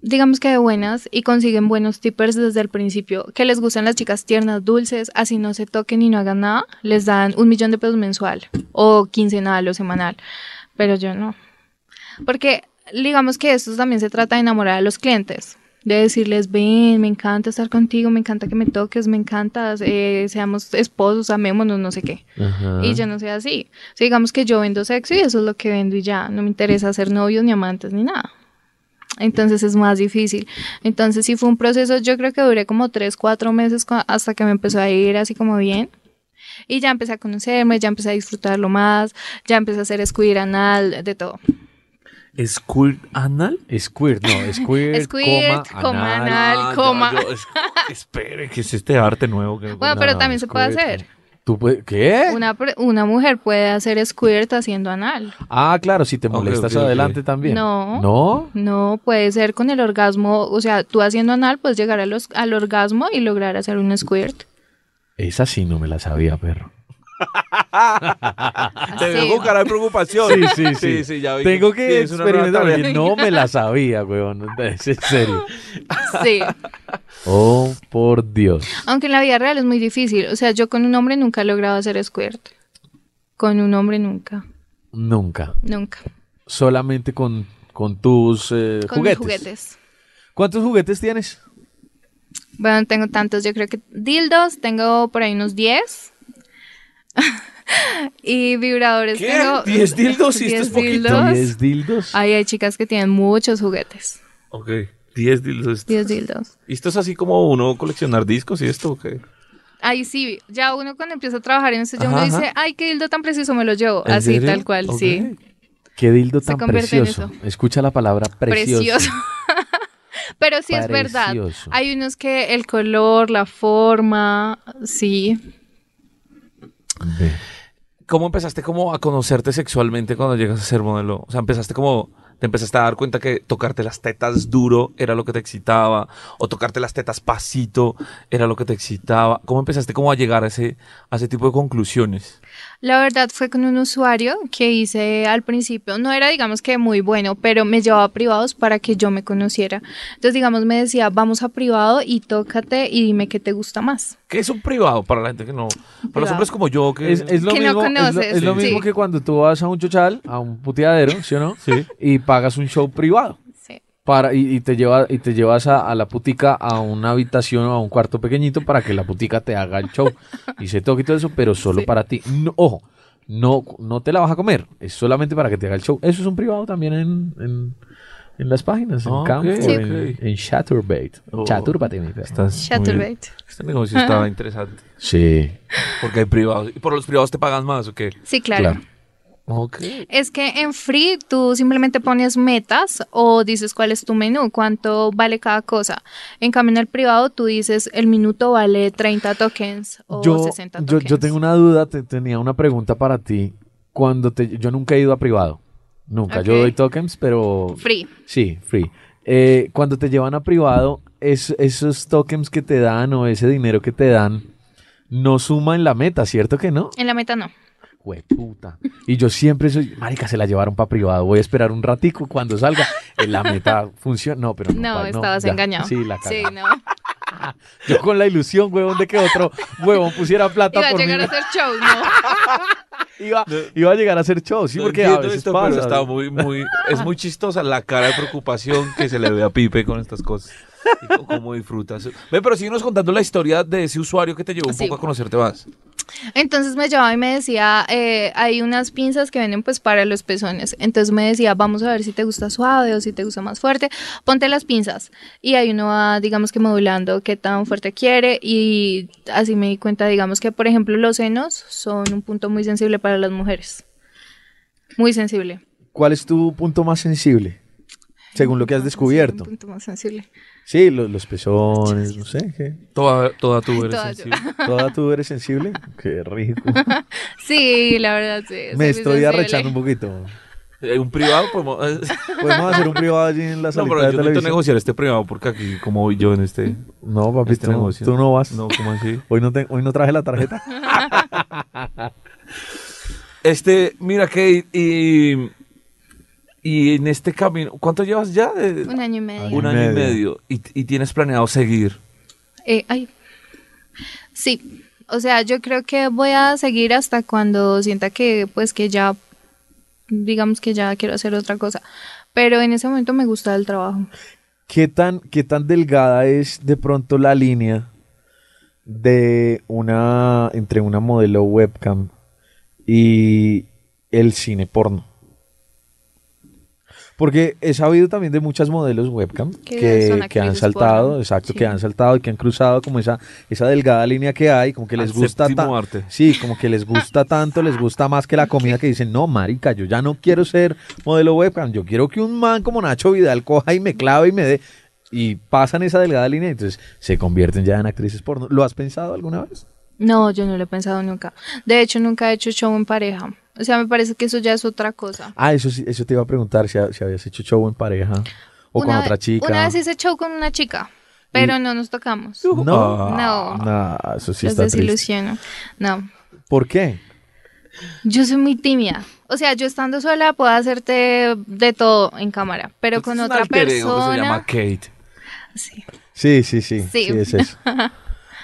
Speaker 5: digamos que de buenas y consiguen buenos tippers desde el principio, que les gustan las chicas tiernas, dulces, así no se toquen y no hagan nada, les dan un millón de pesos mensual o quincenal o semanal. Pero yo no. Porque, digamos que esto también se trata de enamorar a los clientes. De decirles, ven, me encanta estar contigo, me encanta que me toques, me encanta, eh, seamos esposos, amémonos, no sé qué. Y yo no soy así. O sea, digamos que yo vendo sexo y eso es lo que vendo y ya. No me interesa ser novios ni amantes ni nada. Entonces es más difícil. Entonces sí fue un proceso, yo creo que duré como tres, cuatro meses cua- hasta que me empezó a ir así como bien. Y ya empecé a conocerme, ya empecé a disfrutarlo más, ya empecé a hacer squid anal, de todo.
Speaker 2: ¿School anal?
Speaker 4: Squirt, no, squirt,
Speaker 5: Squirt,
Speaker 4: coma,
Speaker 5: coma,
Speaker 4: anal.
Speaker 5: anal,
Speaker 2: Ah, ya,
Speaker 5: coma.
Speaker 2: yo- es- espere, que es este arte nuevo. que-
Speaker 5: Bueno, pero
Speaker 4: No,
Speaker 5: también se puede
Speaker 4: squirt,
Speaker 5: hacer.
Speaker 4: ¿Tú puede- ¿Qué?
Speaker 5: Una, pre- una mujer puede hacer squirt haciendo anal.
Speaker 4: Ah, claro, si te molestas
Speaker 2: ok, ok.
Speaker 4: adelante también.
Speaker 5: No.
Speaker 4: ¿No?
Speaker 5: No, puede ser con el orgasmo, o sea, tú haciendo anal puedes llegar a los, al orgasmo y lograr hacer un squirt.
Speaker 4: Esa sí no me la sabía, perro.
Speaker 2: Ah, Te
Speaker 5: Ah, Sí.
Speaker 2: dejo cara de preocupación. ya vi
Speaker 4: Tengo que
Speaker 2: tienes una nueva
Speaker 4: experimentar.
Speaker 2: tarea.
Speaker 4: porque No me la sabía, weón. Es en serio.
Speaker 5: Sí,
Speaker 4: Oh, por Dios.
Speaker 5: aunque en la vida real es muy difícil. O sea, yo con un hombre nunca he logrado hacer squirt. Con un hombre nunca,
Speaker 4: Nunca.
Speaker 5: nunca.
Speaker 4: Solamente con, con tus eh,
Speaker 5: Con mis
Speaker 4: juguetes.
Speaker 5: juguetes.
Speaker 4: ¿Cuántos juguetes tienes?
Speaker 5: Bueno, tengo tantos, yo creo que dildos, tengo por ahí unos 10. y vibradores
Speaker 2: ¿Qué?
Speaker 5: tengo.
Speaker 2: ¿Diez dildos? Sí, esto es
Speaker 5: 10
Speaker 2: poquito.
Speaker 5: dildos.
Speaker 4: ¿Diez dildos?
Speaker 5: Ahí hay chicas que tienen muchos juguetes.
Speaker 2: Ok, 10 dildos.
Speaker 5: 10 dildos.
Speaker 2: ¿Y esto es así como uno coleccionar discos y esto? o qué?
Speaker 5: Ahí sí, ya uno cuando empieza a trabajar en eso, ya
Speaker 2: Ajá,
Speaker 5: uno
Speaker 2: ajá.
Speaker 5: dice, ay, qué dildo tan preciso me lo llevo.
Speaker 2: ¿En
Speaker 5: Así,
Speaker 2: serio?
Speaker 5: Ah, tal cual,
Speaker 2: Ok.
Speaker 5: sí.
Speaker 4: Qué dildo
Speaker 5: Se
Speaker 4: tan
Speaker 5: convierte en
Speaker 4: precioso. Escucha la palabra
Speaker 5: Precioso.
Speaker 4: precioso.
Speaker 5: Pero sí es verdad.
Speaker 4: Precioso.
Speaker 5: Hay unos que el color, la forma, sí.
Speaker 4: Ve.
Speaker 2: ¿Cómo empezaste como a conocerte sexualmente cuando llegas a ser modelo? O sea, empezaste como... ¿Te empezaste a dar cuenta que tocarte las tetas duro era lo que te excitaba? ¿O tocarte las tetas pasito era lo que te excitaba? ¿Cómo empezaste como a llegar a ese, a ese tipo de conclusiones?
Speaker 5: La verdad fue con un usuario que hice al principio, no era digamos que muy bueno, pero me llevaba a privados para que yo me conociera. Entonces digamos me decía, vamos a privado y tócate y dime qué te gusta más.
Speaker 2: ¿Qué es un privado para la gente que no... Para los
Speaker 5: Privado.
Speaker 2: hombres como yo que...
Speaker 4: Es, es lo
Speaker 5: Que no
Speaker 4: mismo, es lo-
Speaker 5: conoces,
Speaker 4: es lo
Speaker 5: sí.
Speaker 4: mismo que cuando tú vas a un chochal, a un puteadero, ¿sí o no?
Speaker 2: Sí.
Speaker 4: Y pagas un show privado.
Speaker 5: Sí.
Speaker 4: Para, y, y te lleva, y te llevas a, a la putica a una habitación o a un cuarto pequeñito para que la putica te haga el show y se toque y todo eso, pero solo para ti. No, ojo, no, no te la vas a comer, es solamente para que te haga el show. Eso es un privado también en, en, en las páginas, en
Speaker 2: Ah, Ok,
Speaker 4: Camp,
Speaker 2: Sí.
Speaker 4: en, en Chaturbate.
Speaker 2: Oh.
Speaker 4: Chaturbate, mi perro.
Speaker 2: Estás muy bien.
Speaker 5: Chaturbate.
Speaker 2: Este negocio estaba interesante.
Speaker 4: Sí,
Speaker 2: Porque hay privados. ¿Y por los privados te pagan más o qué?
Speaker 5: Sí, claro.
Speaker 4: claro.
Speaker 2: Ok.
Speaker 5: Es que en Free tú simplemente pones metas o dices cuál es tu menú, cuánto vale cada cosa. En cambio, en el privado tú dices el minuto vale 30 tokens o 60
Speaker 4: yo,
Speaker 5: tokens.
Speaker 4: yo tengo una duda, te- tenía una pregunta para ti. Cuando te, yo nunca he ido a privado. Nunca.
Speaker 5: Ok.
Speaker 4: Yo doy tokens, pero.
Speaker 5: Free.
Speaker 4: Sí, free. Eh, cuando te llevan a privado, es- esos tokens que te dan o ese dinero que te dan no suma en la meta, ¿cierto que no?
Speaker 5: En la meta no.
Speaker 4: Hueputa. Y yo siempre soy, marica, se la llevaron para privado. Voy a esperar un ratico cuando salga. En la meta funciona. No, pero no.
Speaker 5: No,
Speaker 4: pa-
Speaker 5: estabas
Speaker 4: ya.
Speaker 5: engañado.
Speaker 4: Sí, la cagué.
Speaker 5: Sí, no.
Speaker 4: Yo con la ilusión, huevón, de que otro huevón pusiera plata
Speaker 5: Iba a
Speaker 4: por mí.
Speaker 5: llegar a hacer shows, ¿no?
Speaker 4: Iba, iba a llegar a hacer show, sí,
Speaker 2: No
Speaker 4: porque a
Speaker 2: entiendo
Speaker 4: veces
Speaker 2: esto,
Speaker 4: pasa.
Speaker 2: pero está muy, muy, es muy chistosa la cara de preocupación que se le ve a Pipe con estas cosas. Y co- cómo disfrutas. Ve, pero síguenos contando la historia de ese usuario que te llevó un
Speaker 5: Sí.
Speaker 2: poco a conocerte más.
Speaker 5: Entonces me llevaba y me decía, eh, hay unas pinzas que venden pues para los pezones. Entonces me decía, vamos a ver si te gusta suave o si te gusta más fuerte. Ponte las pinzas. Y ahí uno va, digamos que modulando qué tan fuerte quiere. Y así me di cuenta, digamos que por ejemplo los senos son un punto muy sensible para las mujeres. Muy sensible.
Speaker 4: ¿Cuál es tu punto más sensible? Según lo que has
Speaker 5: Más sensible,
Speaker 4: descubierto.
Speaker 5: Un punto más sensible.
Speaker 4: Sí, lo- los pezones, no sé, ¿qué?
Speaker 2: Toda, toda tu
Speaker 5: Ay,
Speaker 2: eres
Speaker 5: toda yo.
Speaker 2: sensible.
Speaker 4: ¿Toda tú eres sensible? Qué rico.
Speaker 5: Sí, la verdad sí. soy muy
Speaker 4: Me estoy
Speaker 5: sensible.
Speaker 4: arrechando un poquito.
Speaker 2: Eh, Un privado, podemos-
Speaker 4: Podemos hacer un privado allí en la
Speaker 2: No,
Speaker 4: salita
Speaker 2: pero yo
Speaker 4: de
Speaker 2: necesito
Speaker 4: televisión.
Speaker 2: negociar este privado porque aquí, como voy yo en este,
Speaker 4: No, papi,
Speaker 2: este
Speaker 4: tú, no-
Speaker 2: negocio.
Speaker 4: tú no vas.
Speaker 2: No, ¿cómo así?
Speaker 4: Hoy, no te- hoy no traje la tarjeta.
Speaker 2: Este, mira, Kate, y, y en este camino, ¿cuánto llevas ya? de-
Speaker 5: Un año y
Speaker 4: Ah,
Speaker 5: medio.
Speaker 2: un año y medio. Y, y tienes planeado seguir.
Speaker 5: Eh, ay. Sí, o sea, yo creo que voy a seguir hasta cuando sienta que, pues, que ya, digamos que ya quiero hacer otra cosa. Pero en ese momento me gusta el trabajo.
Speaker 4: ¿Qué tan, ¿Qué tan delgada es de pronto la línea de una entre una modelo webcam y el cine porno? Porque he sabido también de muchas modelos webcam
Speaker 5: Que
Speaker 4: que,
Speaker 5: son
Speaker 4: que han
Speaker 5: actrices
Speaker 4: saltado,
Speaker 5: porno,
Speaker 4: exacto,
Speaker 5: sí.
Speaker 4: que han saltado y que han cruzado como esa, esa delgada línea que hay, como que les
Speaker 2: Al
Speaker 4: gusta
Speaker 2: séptimo
Speaker 4: ta-
Speaker 2: arte.
Speaker 4: Sí, como que les gusta tanto, les gusta más que la comida que dicen, no, marica, yo ya no quiero ser modelo webcam, yo quiero que un man como Nacho Vidal coja y me clave y me dé. Y pasan esa delgada línea y entonces se convierten ya en actrices porno. ¿Lo has pensado alguna vez?
Speaker 5: No, yo no lo he pensado nunca. De hecho, nunca he hecho show en pareja. O sea, me parece que eso ya es otra cosa.
Speaker 4: Ah, eso sí, eso te iba a preguntar si, ha- si habías hecho show en pareja o
Speaker 5: Una
Speaker 4: con otra
Speaker 5: ve-
Speaker 4: chica.
Speaker 5: Una vez hice show con una chica, pero no nos tocamos.
Speaker 4: No,
Speaker 5: No.
Speaker 4: Nah, eso sí
Speaker 5: Los
Speaker 4: está triste.
Speaker 5: desilusiono. No.
Speaker 4: ¿Por qué?
Speaker 5: Yo soy muy tímida. O sea, yo estando sola puedo hacerte de todo en cámara, pero
Speaker 2: Este
Speaker 5: con
Speaker 2: es un
Speaker 5: otra
Speaker 2: alter ego Que se llama
Speaker 5: persona.
Speaker 2: Kate.
Speaker 5: Sí.
Speaker 4: Sí, sí, sí.
Speaker 5: Sí.
Speaker 4: Sí, es eso.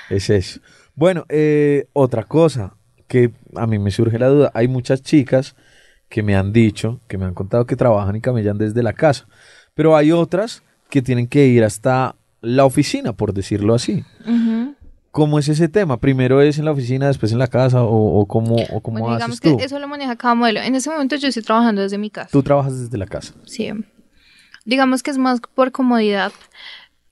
Speaker 4: es eso. Bueno, eh, otra cosa que a mí me surge la duda. Hay muchas chicas que me han dicho, que me han contado que trabajan y camellan desde la casa. Pero hay otras que tienen que ir hasta la oficina, por decirlo así.
Speaker 5: Ujú.
Speaker 4: ¿Cómo es ese tema? ¿Primero es en la oficina, después en la casa? ¿O, o cómo, o cómo
Speaker 5: Bueno, digamos
Speaker 4: haces
Speaker 5: que
Speaker 4: tú?
Speaker 5: eso lo maneja cada modelo. En ese momento yo estoy trabajando desde mi casa.
Speaker 4: Tú trabajas desde la casa.
Speaker 5: Sí. Digamos que es más por comodidad.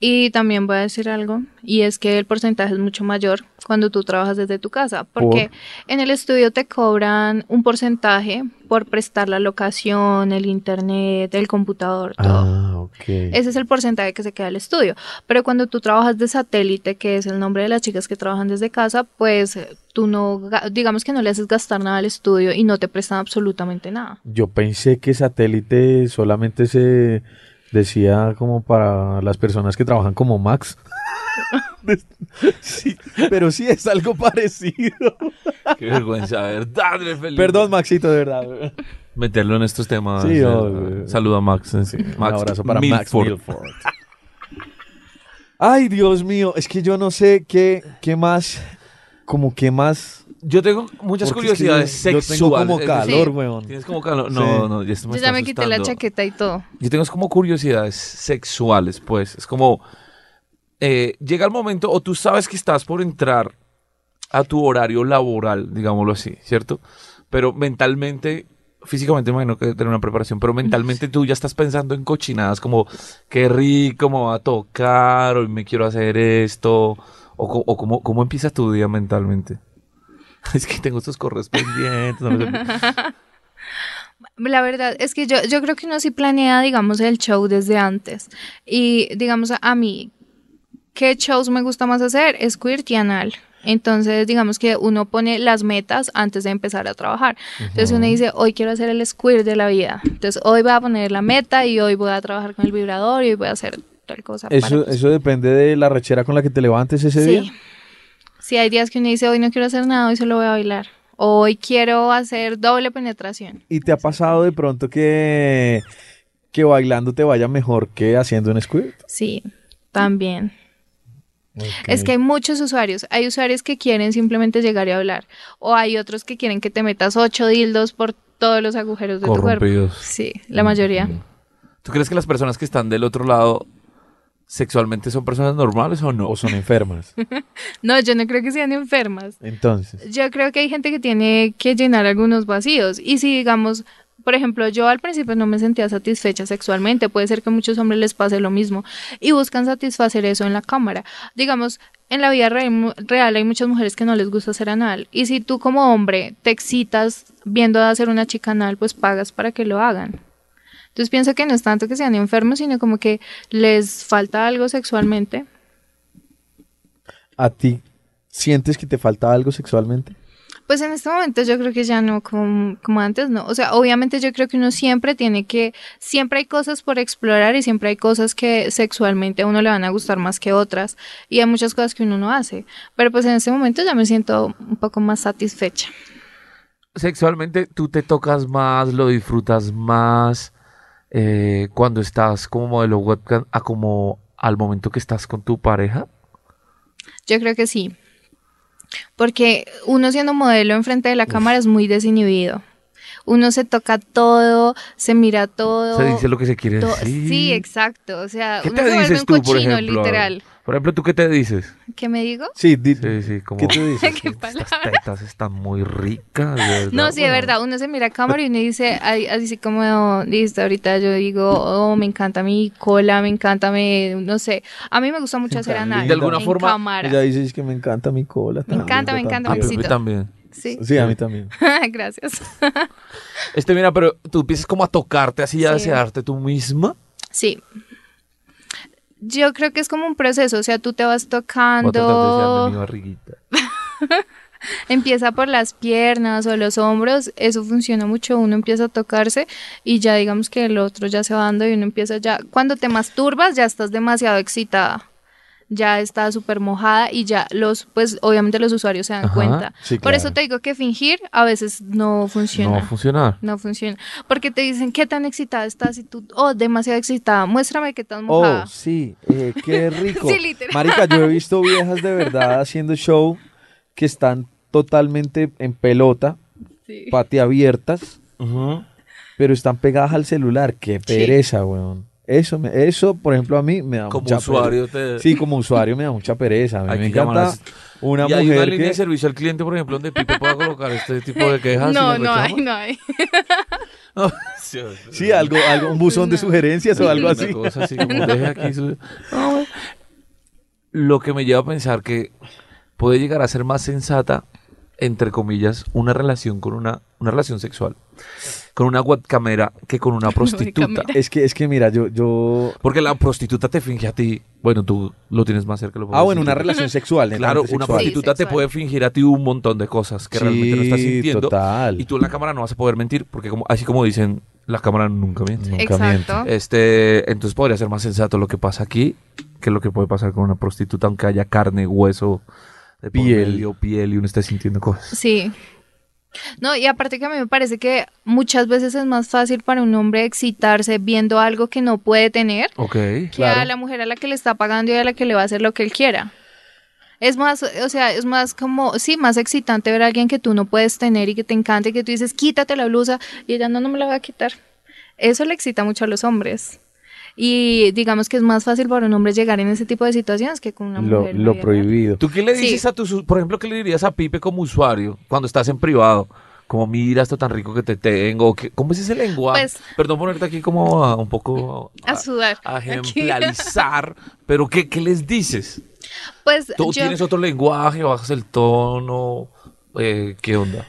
Speaker 5: Y también voy a decir algo, y es que el porcentaje es mucho mayor cuando tú trabajas desde tu casa, porque
Speaker 4: ¿Por?
Speaker 5: en el estudio te cobran un porcentaje por prestar la locación, el internet, el computador, todo.
Speaker 4: Ah, ok.
Speaker 5: Ese es el porcentaje que se queda al estudio. Pero cuando tú trabajas de satélite, que es el nombre de las chicas que trabajan desde casa, pues eh, tú no, ga- digamos que no le haces gastar nada al estudio y no te prestan absolutamente nada.
Speaker 4: Yo pensé que satélite solamente se decía como para las personas que trabajan como Max. sí, pero sí es algo parecido.
Speaker 2: Qué vergüenza, verdad, Felipe.
Speaker 4: Perdón, Maxito, de verdad.
Speaker 2: Meterlo en estos temas.
Speaker 4: Sí,
Speaker 2: eh,
Speaker 4: obvio.
Speaker 2: Saluda a Max. eh,
Speaker 4: Un
Speaker 2: Max
Speaker 4: abrazo para
Speaker 2: Milford.
Speaker 4: Max Milford. Ay, Dios mío, es que yo no sé qué, qué más, como qué más.
Speaker 2: Yo tengo muchas
Speaker 4: Porque es que
Speaker 2: curiosidades
Speaker 4: yo- yo tengo
Speaker 2: sexuales.
Speaker 4: como
Speaker 2: es decir,
Speaker 4: calor,
Speaker 5: Sí.
Speaker 4: weón.
Speaker 2: Tienes como calor. No,
Speaker 4: Sí.
Speaker 2: no, ya esto me
Speaker 5: Yo
Speaker 2: está
Speaker 5: ya me quité la
Speaker 2: asustando.
Speaker 5: chaqueta y todo.
Speaker 2: Yo tengo es como curiosidades sexuales, pues. Es como. eh, llega el momento, o tú sabes que estás por entrar a tu horario laboral, digámoslo así, ¿cierto? Pero mentalmente. Físicamente imagino que debe tener una preparación, pero mentalmente tú ya estás pensando en cochinadas como qué rico me va a tocar, hoy me quiero hacer esto, o, co- o cómo, cómo empieza tu día mentalmente. Es que tengo estos correspondientes. no me-
Speaker 5: La verdad es que yo, yo creo que uno sí planea, digamos, el show desde antes. Y digamos, a, a mí, ¿qué shows me gusta más hacer? Es queer y anal. Entonces, digamos que uno pone las metas antes de empezar a trabajar. Entonces, uno dice, hoy quiero hacer el squirt de la vida. Entonces, hoy voy a poner la meta y hoy voy a trabajar con el vibrador y hoy voy a hacer tal cosa.
Speaker 4: Eso,
Speaker 5: para-
Speaker 4: eso depende de la rechera con la que te levantes ese
Speaker 5: sí.
Speaker 4: día.
Speaker 5: Sí, hay días que uno dice, hoy no quiero hacer nada, hoy solo voy a bailar. Hoy quiero hacer doble penetración.
Speaker 4: ¿Y te ha pasado de pronto que, que bailando te vaya mejor que haciendo un squirt?
Speaker 5: Sí, también. Es que hay muchos usuarios. Hay usuarios que quieren simplemente llegar y hablar. O hay otros que quieren que te metas ocho dildos por todos los agujeros de tu cuerpo.
Speaker 2: Corrompidos.
Speaker 5: Sí, la mayoría.
Speaker 2: ¿Tú crees que las personas que están del otro lado sexualmente son personas normales o no?
Speaker 4: O son enfermas.
Speaker 5: No, yo no creo que sean enfermas.
Speaker 4: Entonces.
Speaker 5: Yo creo que hay gente que tiene que llenar algunos vacíos. Y si digamos, por ejemplo, yo al principio no me sentía satisfecha sexualmente, puede ser que a muchos hombres les pase lo mismo y buscan satisfacer eso en la cámara. Digamos, en la vida re- real hay muchas mujeres que no les gusta hacer anal. Y si tú como hombre te excitas viendo a hacer una chica anal, pues pagas para que lo hagan. Entonces pienso que no es tanto que sean enfermos, sino como que les falta algo sexualmente.
Speaker 4: ¿A ti sientes que te falta algo sexualmente?
Speaker 5: Pues en este momento yo creo que ya no, como, como antes no. O sea, obviamente yo creo que uno siempre tiene que, siempre hay cosas por explorar y siempre hay cosas que sexualmente a uno le van a gustar más que otras y hay muchas cosas que uno no hace. Pero pues en este momento ya me siento un poco más satisfecha.
Speaker 2: Sexualmente tú te tocas más, lo disfrutas más eh, cuando estás como modelo webcam a como al momento que estás con tu pareja.
Speaker 5: Yo creo que sí. Porque uno siendo modelo enfrente de la cámara es muy desinhibido. Uno se toca todo, se mira todo.
Speaker 2: Se dice lo que se quiere
Speaker 5: to-
Speaker 2: decir.
Speaker 5: Sí, exacto. O sea,
Speaker 2: ¿Qué
Speaker 5: uno
Speaker 2: te
Speaker 5: se vuelve
Speaker 2: dices
Speaker 5: un
Speaker 2: tú, por
Speaker 5: cochino,
Speaker 2: ejemplo?
Speaker 5: literal.
Speaker 2: Por ejemplo, ¿tú qué te dices?
Speaker 5: ¿Qué me digo?
Speaker 4: Sí, di-
Speaker 2: Sí, sí, como...
Speaker 4: ¿qué tú dices?
Speaker 5: Qué
Speaker 2: Estas
Speaker 5: palabra.
Speaker 2: tetas están muy ricas, de verdad.
Speaker 5: No, sí, de
Speaker 2: Bueno,
Speaker 5: verdad, uno se mira a cámara y uno dice, ay, así como, listo, ahorita yo digo, oh, me encanta mi cola, me encanta, me, no sé, a mí me gusta mucho hacer
Speaker 4: Tan
Speaker 5: anal.
Speaker 2: De alguna
Speaker 5: en
Speaker 2: forma,
Speaker 5: cámara.
Speaker 4: Ella dice "Es que me encanta mi cola. tan
Speaker 5: encanta, me
Speaker 4: rico, tan
Speaker 5: encanta,
Speaker 2: Ah, A
Speaker 5: me
Speaker 4: rico".
Speaker 2: Pepe
Speaker 5: Maxito.
Speaker 2: también.
Speaker 5: Sí,
Speaker 4: Ah, Sí, a mí también.
Speaker 5: gracias.
Speaker 2: Este, mira, pero tú empiezas como a tocarte así, a
Speaker 5: Sí.
Speaker 2: desearte tú misma.
Speaker 5: Sí. Yo creo que es como un proceso, o sea, tú te vas
Speaker 2: Voy a tratar de desearme mi
Speaker 5: tocando,
Speaker 2: barriguita.
Speaker 5: empieza por las piernas o los hombros, eso funciona mucho, uno empieza a tocarse y ya digamos que el otro ya se va dando y uno empieza ya, cuando te masturbas ya estás demasiado excitada, ya está súper mojada y ya los, pues obviamente los usuarios se dan
Speaker 2: Ajá,
Speaker 5: cuenta.
Speaker 4: sí,
Speaker 5: Por eso
Speaker 4: claro.
Speaker 5: te digo que fingir a veces no funciona.
Speaker 2: No funciona.
Speaker 5: No funciona. Porque te dicen, ¿qué tan excitada estás? Y tú, oh, demasiado excitada. Muéstrame qué tan mojada.
Speaker 4: Oh, sí, eh, qué rico.
Speaker 5: Sí, literal.
Speaker 4: Marica, yo he visto viejas de verdad haciendo show que están totalmente en pelota,
Speaker 5: Sí.
Speaker 4: pateabiertas,
Speaker 2: Ujú.
Speaker 4: pero están pegadas al celular. Qué pereza, weón. Eso, me- eso, por ejemplo, a mí me da
Speaker 2: Como
Speaker 4: mucha
Speaker 2: usuario
Speaker 4: pereza.
Speaker 2: te...
Speaker 4: Sí, como usuario me da mucha pereza. A mí
Speaker 2: Hay
Speaker 4: me
Speaker 2: que llamar a
Speaker 4: encanta
Speaker 2: las-
Speaker 4: una
Speaker 2: y hay una
Speaker 4: mujer
Speaker 2: línea de
Speaker 4: que...
Speaker 2: servicio al cliente, por ejemplo, donde Pipe pueda colocar este tipo de quejas. y
Speaker 5: No,
Speaker 2: le
Speaker 5: no hay,
Speaker 2: reclama.
Speaker 5: no hay.
Speaker 2: Sí, es-
Speaker 4: Sí, algo, algo, un buzón de sugerencias o
Speaker 2: Una
Speaker 4: algo así.
Speaker 2: cosa así como, "Deje aquí su-". No, güey. Lo que me lleva a pensar que puede llegar a ser más sensata, entre comillas, una relación con una, una relación sexual, con una webcamera que con una prostituta.
Speaker 5: webcamera.
Speaker 4: Es que, es que mira, yo, yo...
Speaker 2: Porque la prostituta te finge a ti. Bueno, tú lo tienes más cerca. Lo puedo
Speaker 4: Ah, bueno,
Speaker 2: decir.
Speaker 4: una relación sexual.
Speaker 2: Claro,
Speaker 4: netamente
Speaker 2: una
Speaker 4: sexual.
Speaker 5: Sí,
Speaker 2: prostituta te
Speaker 5: sexual.
Speaker 2: puede fingir a ti un montón de cosas que
Speaker 4: Sí,
Speaker 2: realmente no estás sintiendo.
Speaker 4: total.
Speaker 2: Y tú en la cámara no vas a poder mentir, porque como, así como dicen, la cámara nunca miente.
Speaker 4: Nunca
Speaker 5: Exacto.
Speaker 2: Este, entonces podría ser más sensato lo que pasa aquí que lo que puede pasar con una prostituta, aunque haya carne, hueso, de por
Speaker 4: Piel.
Speaker 2: medio, piel y uno esté sintiendo cosas.
Speaker 5: Sí. No, y aparte que a mí me parece que muchas veces es más fácil para un hombre excitarse viendo algo que no puede tener
Speaker 2: Ok.
Speaker 5: que
Speaker 4: Claro.
Speaker 5: a la mujer a la que le está pagando y a la que le va a hacer lo que él quiera. Es más, o sea, es más como, sí, más excitante ver a alguien que tú no puedes tener y que te encanta y que tú dices, quítate la blusa y ella no, no me la va a quitar. Eso le excita mucho a los hombres. Y digamos que es más fácil para un hombre llegar en ese tipo de situaciones que con una
Speaker 4: Lo,
Speaker 5: mujer. en la
Speaker 4: lo
Speaker 5: vida real.
Speaker 4: prohibido.
Speaker 2: ¿Tú qué le
Speaker 5: Sí.
Speaker 2: dices a tus, us- por ejemplo, qué le dirías a Pipe como usuario cuando estás en privado? Como mira esto tan rico que te tengo. que- ¿Cómo es ese lenguaje?
Speaker 5: Pues-
Speaker 2: Perdón ponerte aquí como a- un poco
Speaker 5: A sudar.
Speaker 2: a
Speaker 5: Aquí.
Speaker 2: ejemplarizar, pero ¿qué, qué les dices?
Speaker 5: Pues
Speaker 2: ¿Tú
Speaker 5: yo-
Speaker 2: tienes otro lenguaje? ¿Bajas el tono? Eh, ¿Qué onda?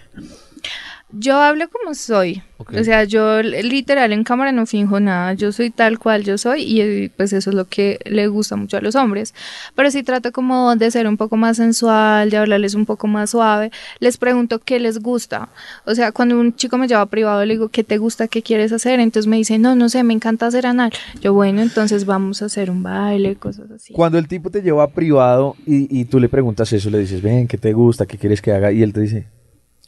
Speaker 5: Yo hablo como soy.
Speaker 2: Ok.
Speaker 5: O sea, yo l- literal en cámara no finjo nada. Yo soy tal cual yo soy y eh, pues eso es lo que le gusta mucho a los hombres. Pero sí trato como de ser un poco más sensual, de hablarles un poco más suave. Les pregunto qué les gusta. O sea, cuando un chico me lleva privado le digo, ¿qué te gusta? ¿Qué quieres hacer? Entonces me dice, no, no sé, me encanta hacer anal. Yo, bueno, entonces vamos a hacer un baile, cosas así.
Speaker 4: Cuando el tipo te lleva a privado y, y tú le preguntas eso, le dices, ven, ¿qué te gusta? ¿Qué quieres que haga? Y él te dice,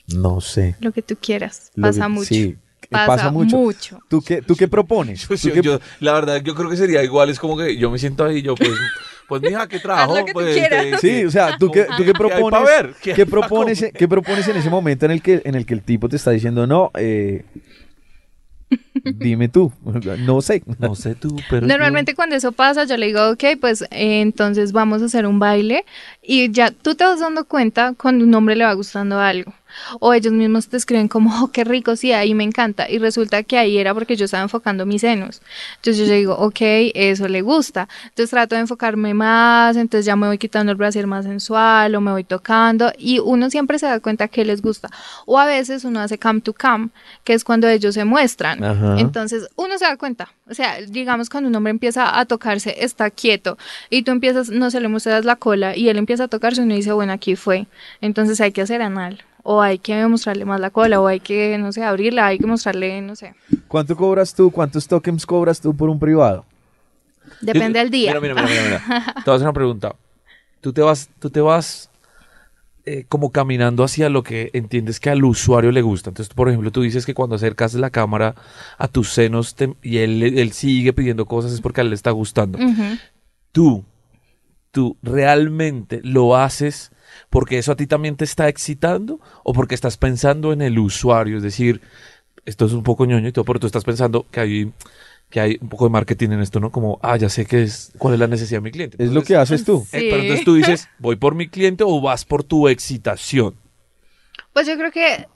Speaker 4: no sé.
Speaker 5: Lo que tú quieras.
Speaker 4: Lo
Speaker 5: Pasa
Speaker 4: que-
Speaker 5: mucho.
Speaker 4: sí, eh,
Speaker 5: pasa, mucho.
Speaker 4: mucho. ¿Tú qué, ¿Tú qué propones?
Speaker 2: Pues
Speaker 4: ¿Tú
Speaker 2: yo-
Speaker 4: qué-
Speaker 2: yo- la verdad, yo creo que sería igual. Es como que yo me siento ahí y yo, pues, pues mija, ¿qué trabajo?
Speaker 5: Haz lo que tú
Speaker 2: pues,
Speaker 5: quieras.
Speaker 2: este,
Speaker 4: Sí, o sea, ¿tú qué, tú
Speaker 2: ¿Qué
Speaker 4: qué
Speaker 2: hay pa'
Speaker 4: propones?
Speaker 2: ver? ¿Qué
Speaker 4: ¿Qué,
Speaker 2: hay pa'
Speaker 4: propones,
Speaker 2: comer?
Speaker 4: ¿Qué propones en ese momento en el que, en el, que el tipo te está diciendo, no, eh, dime tú, no sé.
Speaker 2: No sé tú, pero.
Speaker 5: Normalmente cuando eso pasa, yo le digo, ok, pues eh, entonces vamos a hacer un baile y ya tú te vas dando cuenta cuando un hombre le va gustando algo. O ellos mismos te escriben como, oh, qué rico, sí, ahí me encanta. Y resulta que ahí era porque yo estaba enfocando mis senos. Entonces yo digo, ok, eso le gusta. Entonces trato de enfocarme más, entonces ya me voy quitando el brasier más sensual o me voy tocando y uno siempre se da cuenta que les gusta. O a veces uno hace cam to cam, que es cuando ellos se muestran.
Speaker 4: Ajá.
Speaker 5: Entonces uno se da cuenta, o sea, digamos cuando un hombre empieza a tocarse, está quieto y tú empiezas, no se le muestras la cola y él empieza a tocarse y uno dice, bueno, aquí fue. Entonces hay que hacer anal. O hay que mostrarle más la cola, o hay que, no sé, abrirla, hay que mostrarle, no sé.
Speaker 4: ¿Cuánto cobras tú? ¿Cuántos tokens cobras tú por un privado?
Speaker 5: Depende
Speaker 2: Yo-
Speaker 5: del día.
Speaker 2: Mira, mira, mira, mira, mira. Te voy a hacer una pregunta. Tú te vas, tú te vas eh, como caminando hacia lo que entiendes que al usuario le gusta. Entonces, por ejemplo, tú dices que cuando acercas la cámara a tus senos te- y él, él sigue pidiendo cosas es porque a él le está gustando.
Speaker 5: Ujú.
Speaker 2: Tú, tú realmente lo haces porque eso a ti también te está excitando o porque estás pensando en el usuario. Es decir, esto es un poco ñoño y todo, pero tú estás pensando que hay que hay un poco de marketing en esto, ¿no? Como, ah, ya sé qué es, cuál es la necesidad de mi cliente.
Speaker 4: Es lo
Speaker 2: Entonces,
Speaker 4: que haces tú.
Speaker 2: eh, pero entonces
Speaker 5: Sí.
Speaker 2: tú dices, ¿voy por mi cliente o vas por tu excitación?
Speaker 5: Pues yo creo que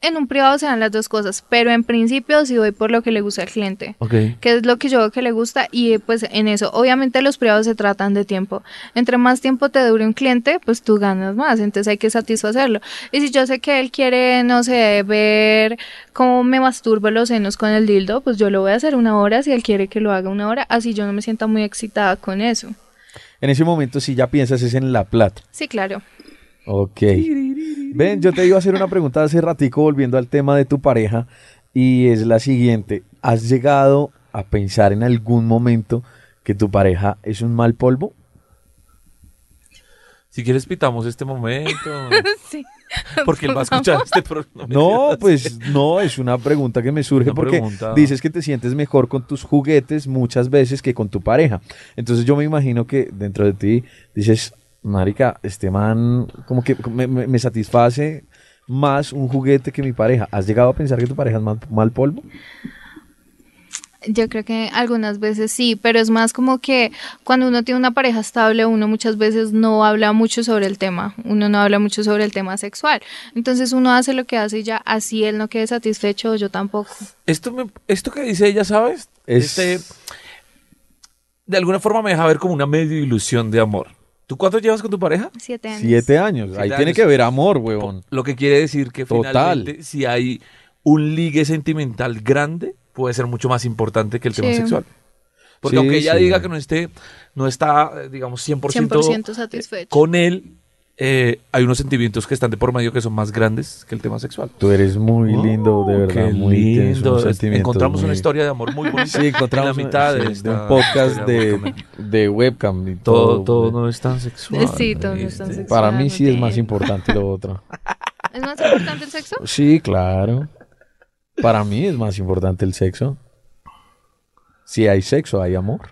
Speaker 5: en un privado se dan las dos cosas, pero en principio sí voy por lo que le gusta al cliente.
Speaker 2: Ok.
Speaker 5: que es lo que yo veo que le gusta y eh, pues en eso obviamente los privados se tratan de tiempo entre más tiempo te dure un cliente pues tú ganas más entonces hay que satisfacerlo y si yo sé que él quiere no sé ver cómo me masturbo los senos con el dildo pues yo lo voy a hacer una hora si él quiere que lo haga una hora así yo no me sienta muy excitada con eso
Speaker 4: En ese momento, si ya piensas, es en la plata.
Speaker 5: sí claro
Speaker 4: Ok. Ven, yo te iba a hacer una pregunta hace ratico volviendo al tema de tu pareja y es la siguiente. ¿Has llegado a pensar en algún momento que tu pareja es un mal polvo?
Speaker 2: Si quieres pitamos este momento,
Speaker 5: sí
Speaker 2: porque él va a escuchar este programa.
Speaker 4: No, pues no, es una pregunta que me surge
Speaker 2: Una
Speaker 4: porque
Speaker 2: pregunta.
Speaker 4: dices que te sientes mejor con tus juguetes muchas veces que con tu pareja. Entonces yo me imagino que dentro de ti dices, marica, este man como que me, me- me satisface más un juguete que mi pareja. ¿Has llegado a pensar que tu pareja es mal, mal polvo?
Speaker 5: Yo creo que algunas veces sí, pero es más como que cuando uno tiene una pareja estable, uno muchas veces no habla mucho sobre el tema, uno no habla mucho sobre el tema sexual. Entonces uno hace lo que hace y ya así él no quede satisfecho, yo tampoco.
Speaker 2: Esto, me- esto que dice ella, ¿sabes?
Speaker 4: Es-
Speaker 2: Este, de alguna forma me deja ver como una medio ilusión de amor. ¿Tú cuánto llevas con tu pareja?
Speaker 5: Siete años.
Speaker 4: Siete años.
Speaker 2: Siete
Speaker 4: Ahí
Speaker 2: años.
Speaker 4: tiene que ver amor, huevón.
Speaker 2: Lo que quiere decir que
Speaker 4: Total.
Speaker 2: finalmente si hay un ligue sentimental grande, puede ser mucho más importante que el tema
Speaker 5: Sí.
Speaker 2: sexual. Porque
Speaker 4: Sí,
Speaker 2: aunque ella
Speaker 4: sí.
Speaker 2: diga que no esté, no está, eh, digamos, 100%,
Speaker 5: 100% satisfecho.
Speaker 2: eh, Con él eh, hay unos sentimientos que están de por medio que son más grandes que el tema sexual.
Speaker 4: Tú eres muy lindo, de
Speaker 2: Oh,
Speaker 4: verdad,
Speaker 2: qué
Speaker 4: muy lindo.
Speaker 2: lindo. Encontramos una historia de amor muy bonita.
Speaker 4: Sí, encontramos
Speaker 2: en la mitad
Speaker 4: sí,
Speaker 2: de,
Speaker 4: de
Speaker 2: esta
Speaker 4: un podcast
Speaker 2: historia
Speaker 4: de,
Speaker 2: amor.
Speaker 4: de webcam. y
Speaker 2: Todo, todo
Speaker 4: güey.
Speaker 2: no es tan sexual.
Speaker 5: Eh, Sí, todo no es tan
Speaker 2: ¿viste?
Speaker 5: sexual.
Speaker 4: Para mí sí es más
Speaker 5: Claramente.
Speaker 4: importante lo otro.
Speaker 5: ¿Es más importante el sexo?
Speaker 4: Sí, claro. Para mí es más importante el sexo. Si hay sexo, hay amor.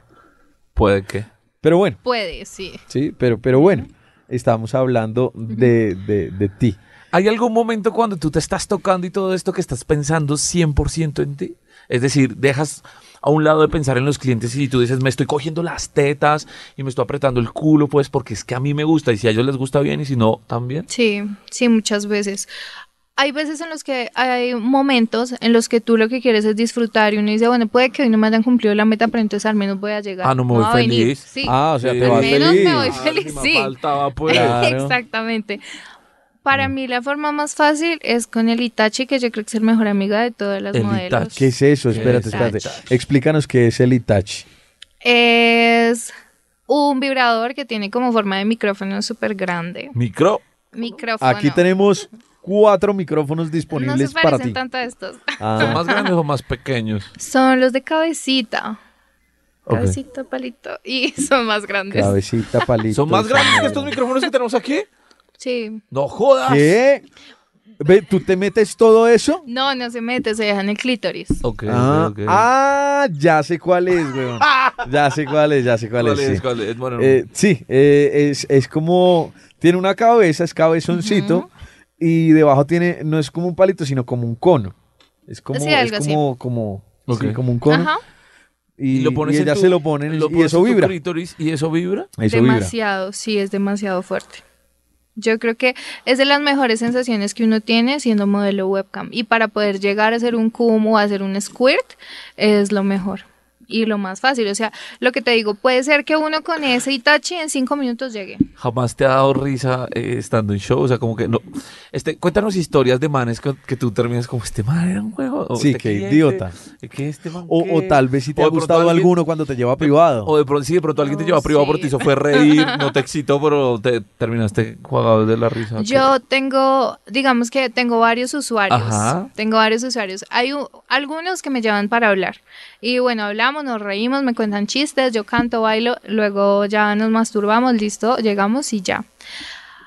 Speaker 2: Puede que.
Speaker 4: Pero bueno,
Speaker 5: Puede, sí.
Speaker 4: sí, pero, pero bueno, estamos hablando de, de, de ti.
Speaker 2: ¿Hay algún momento cuando tú te estás tocando y todo esto que estás pensando 100% en ti? Es decir, dejas a un lado de pensar en los clientes y tú dices, me estoy cogiendo las tetas y me estoy apretando el culo, pues porque es que a mí me gusta y si a ellos les gusta bien y si no, también.
Speaker 5: Sí, sí, muchas veces. Hay veces en los que hay momentos en los que tú lo que quieres es disfrutar y uno dice, bueno, puede que hoy no me hayan cumplido la meta, pero entonces al menos voy a llegar.
Speaker 2: Ah, no me voy
Speaker 5: va a venir.
Speaker 2: feliz.
Speaker 5: Sí.
Speaker 4: Ah, o sea,
Speaker 2: Sí.
Speaker 4: te
Speaker 5: Al
Speaker 4: vas
Speaker 5: menos
Speaker 4: feliz.
Speaker 5: me voy feliz, sí.
Speaker 2: faltaba pues.
Speaker 4: Claro.
Speaker 5: Exactamente. Para mí la forma más fácil es con el Itachi, que yo creo que es el mejor amiga de todas las
Speaker 2: El
Speaker 5: modelos.
Speaker 2: Itachi.
Speaker 4: ¿Qué es eso?
Speaker 2: ¿Qué
Speaker 4: Espérate,
Speaker 2: es
Speaker 4: espérate.
Speaker 2: Itachi?
Speaker 4: Explícanos qué es el Itachi.
Speaker 5: Es un vibrador que tiene como forma de micrófono súper grande.
Speaker 2: Micro.
Speaker 5: Micrófono.
Speaker 4: Aquí tenemos cuatro micrófonos
Speaker 5: No
Speaker 4: disponibles
Speaker 5: se
Speaker 4: para
Speaker 5: parecen
Speaker 4: ti.
Speaker 5: tanto a estos.
Speaker 4: Ah,
Speaker 6: ¿Son más grandes o más pequeños?
Speaker 5: Son los de cabecita.
Speaker 2: Ok.
Speaker 5: Cabecita, palito. Y son más grandes.
Speaker 4: cabecita, palito.
Speaker 2: ¿Son más
Speaker 4: esa
Speaker 2: grandes que
Speaker 4: mierda.
Speaker 2: estos micrófonos que tenemos aquí?
Speaker 5: Sí.
Speaker 2: ¡No jodas!
Speaker 4: ¿Qué? Ve, ¿Tú te metes todo eso?
Speaker 5: No, no se mete, se dejan el clítoris.
Speaker 2: Ok,
Speaker 4: ah,
Speaker 2: ok, ok.
Speaker 4: ah, ya sé cuál es, weón. Ya sé cuál es, ya sé cuál,
Speaker 2: ¿Cuál
Speaker 4: es.
Speaker 2: es?
Speaker 4: sí.
Speaker 2: ¿Cuál es? Bueno,
Speaker 4: Eh, sí, eh, es, es como. Tiene una cabeza, es cabezoncito. Y debajo tiene. No es como un palito, sino como un cono. Es como.
Speaker 5: Sí,
Speaker 4: es
Speaker 5: algo así.
Speaker 4: como, como,
Speaker 2: Ok.
Speaker 4: sí, como un cono.
Speaker 5: Ajá.
Speaker 4: Y, y
Speaker 2: en
Speaker 4: ella
Speaker 2: tu-
Speaker 4: se lo pone en el-
Speaker 2: lo
Speaker 4: y
Speaker 2: pones
Speaker 4: eso
Speaker 2: en tu
Speaker 4: vibra.
Speaker 2: clítoris y eso vibra.
Speaker 4: Eso vibra.
Speaker 5: demasiado, sí, es demasiado fuerte. Yo creo que es de las mejores sensaciones que uno tiene siendo modelo webcam. Y para poder llegar a hacer un cum o a hacer un squirt es lo mejor y lo más fácil. O sea, lo que te digo, puede ser que uno con ese Itachi en cinco minutos llegue.
Speaker 2: Jamás te ha dado risa eh, estando en show. O sea, como que no. Este, cuéntanos historias de manes que, que tú terminas como este man era un juego. o
Speaker 4: Sí,
Speaker 2: este
Speaker 4: qué
Speaker 2: cliente,
Speaker 4: idiota.
Speaker 2: eh, ¿Qué este man?
Speaker 4: O,
Speaker 2: qué?
Speaker 4: o tal vez si te
Speaker 2: O
Speaker 4: ha
Speaker 2: de pronto
Speaker 4: gustado
Speaker 2: alguien-
Speaker 4: alguno cuando te lleva a privado.
Speaker 2: O de pronto, sí, de pronto alguien te
Speaker 5: Oh,
Speaker 2: lleva privado
Speaker 5: sí.
Speaker 2: por ti, se fue a reír, no te excitó, pero te terminaste jugado de la risa.
Speaker 5: Yo tengo, digamos que tengo varios usuarios.
Speaker 2: Ajá.
Speaker 5: Tengo varios usuarios. Hay u- algunos que me llevan para hablar. Y bueno, hablamos, nos reímos, me cuentan chistes, yo canto, bailo, luego ya nos masturbamos, listo, llegamos y ya.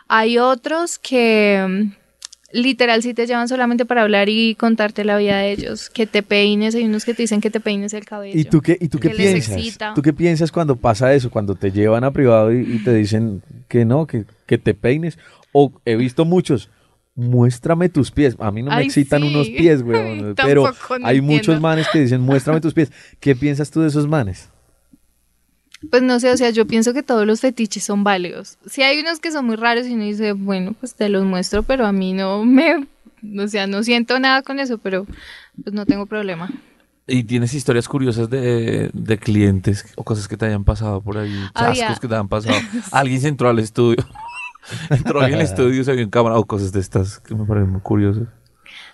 Speaker 5: Hay otros que mm, literal sí te llevan solamente para hablar y contarte la vida de ellos. Que te peines, hay unos que te dicen que te peines el cabello.
Speaker 4: ¿Y tú qué, y tú qué
Speaker 5: Que les
Speaker 4: piensas?
Speaker 5: excita.
Speaker 4: ¿Tú qué piensas cuando pasa eso? Cuando te llevan a privado y, y te dicen que no, que, que te peines. O he visto muchos, muéstrame tus pies. A mí no me
Speaker 5: Ay,
Speaker 4: excitan
Speaker 5: sí.
Speaker 4: unos pies,
Speaker 5: A
Speaker 4: weón.
Speaker 5: mí
Speaker 4: Pero
Speaker 5: tampoco, no
Speaker 4: hay
Speaker 5: entiendo.
Speaker 4: muchos manes que dicen, muéstrame tus pies. ¿Qué piensas tú de esos manes?
Speaker 5: Pues no sé, o sea, yo pienso que todos los fetiches son válidos. Si hay unos que son muy raros y uno dice, bueno, pues te los muestro, pero a mí no me... O sea, no siento nada con eso, pero pues no tengo problema.
Speaker 2: ¿Y tienes historias curiosas de, de clientes o cosas que te hayan pasado por ahí? Chascos
Speaker 5: Había-
Speaker 2: que te han pasado. Alguien se entró al estudio. entró alguien al estudio, se vio en cámara o cosas de estas que me parecen muy curiosas.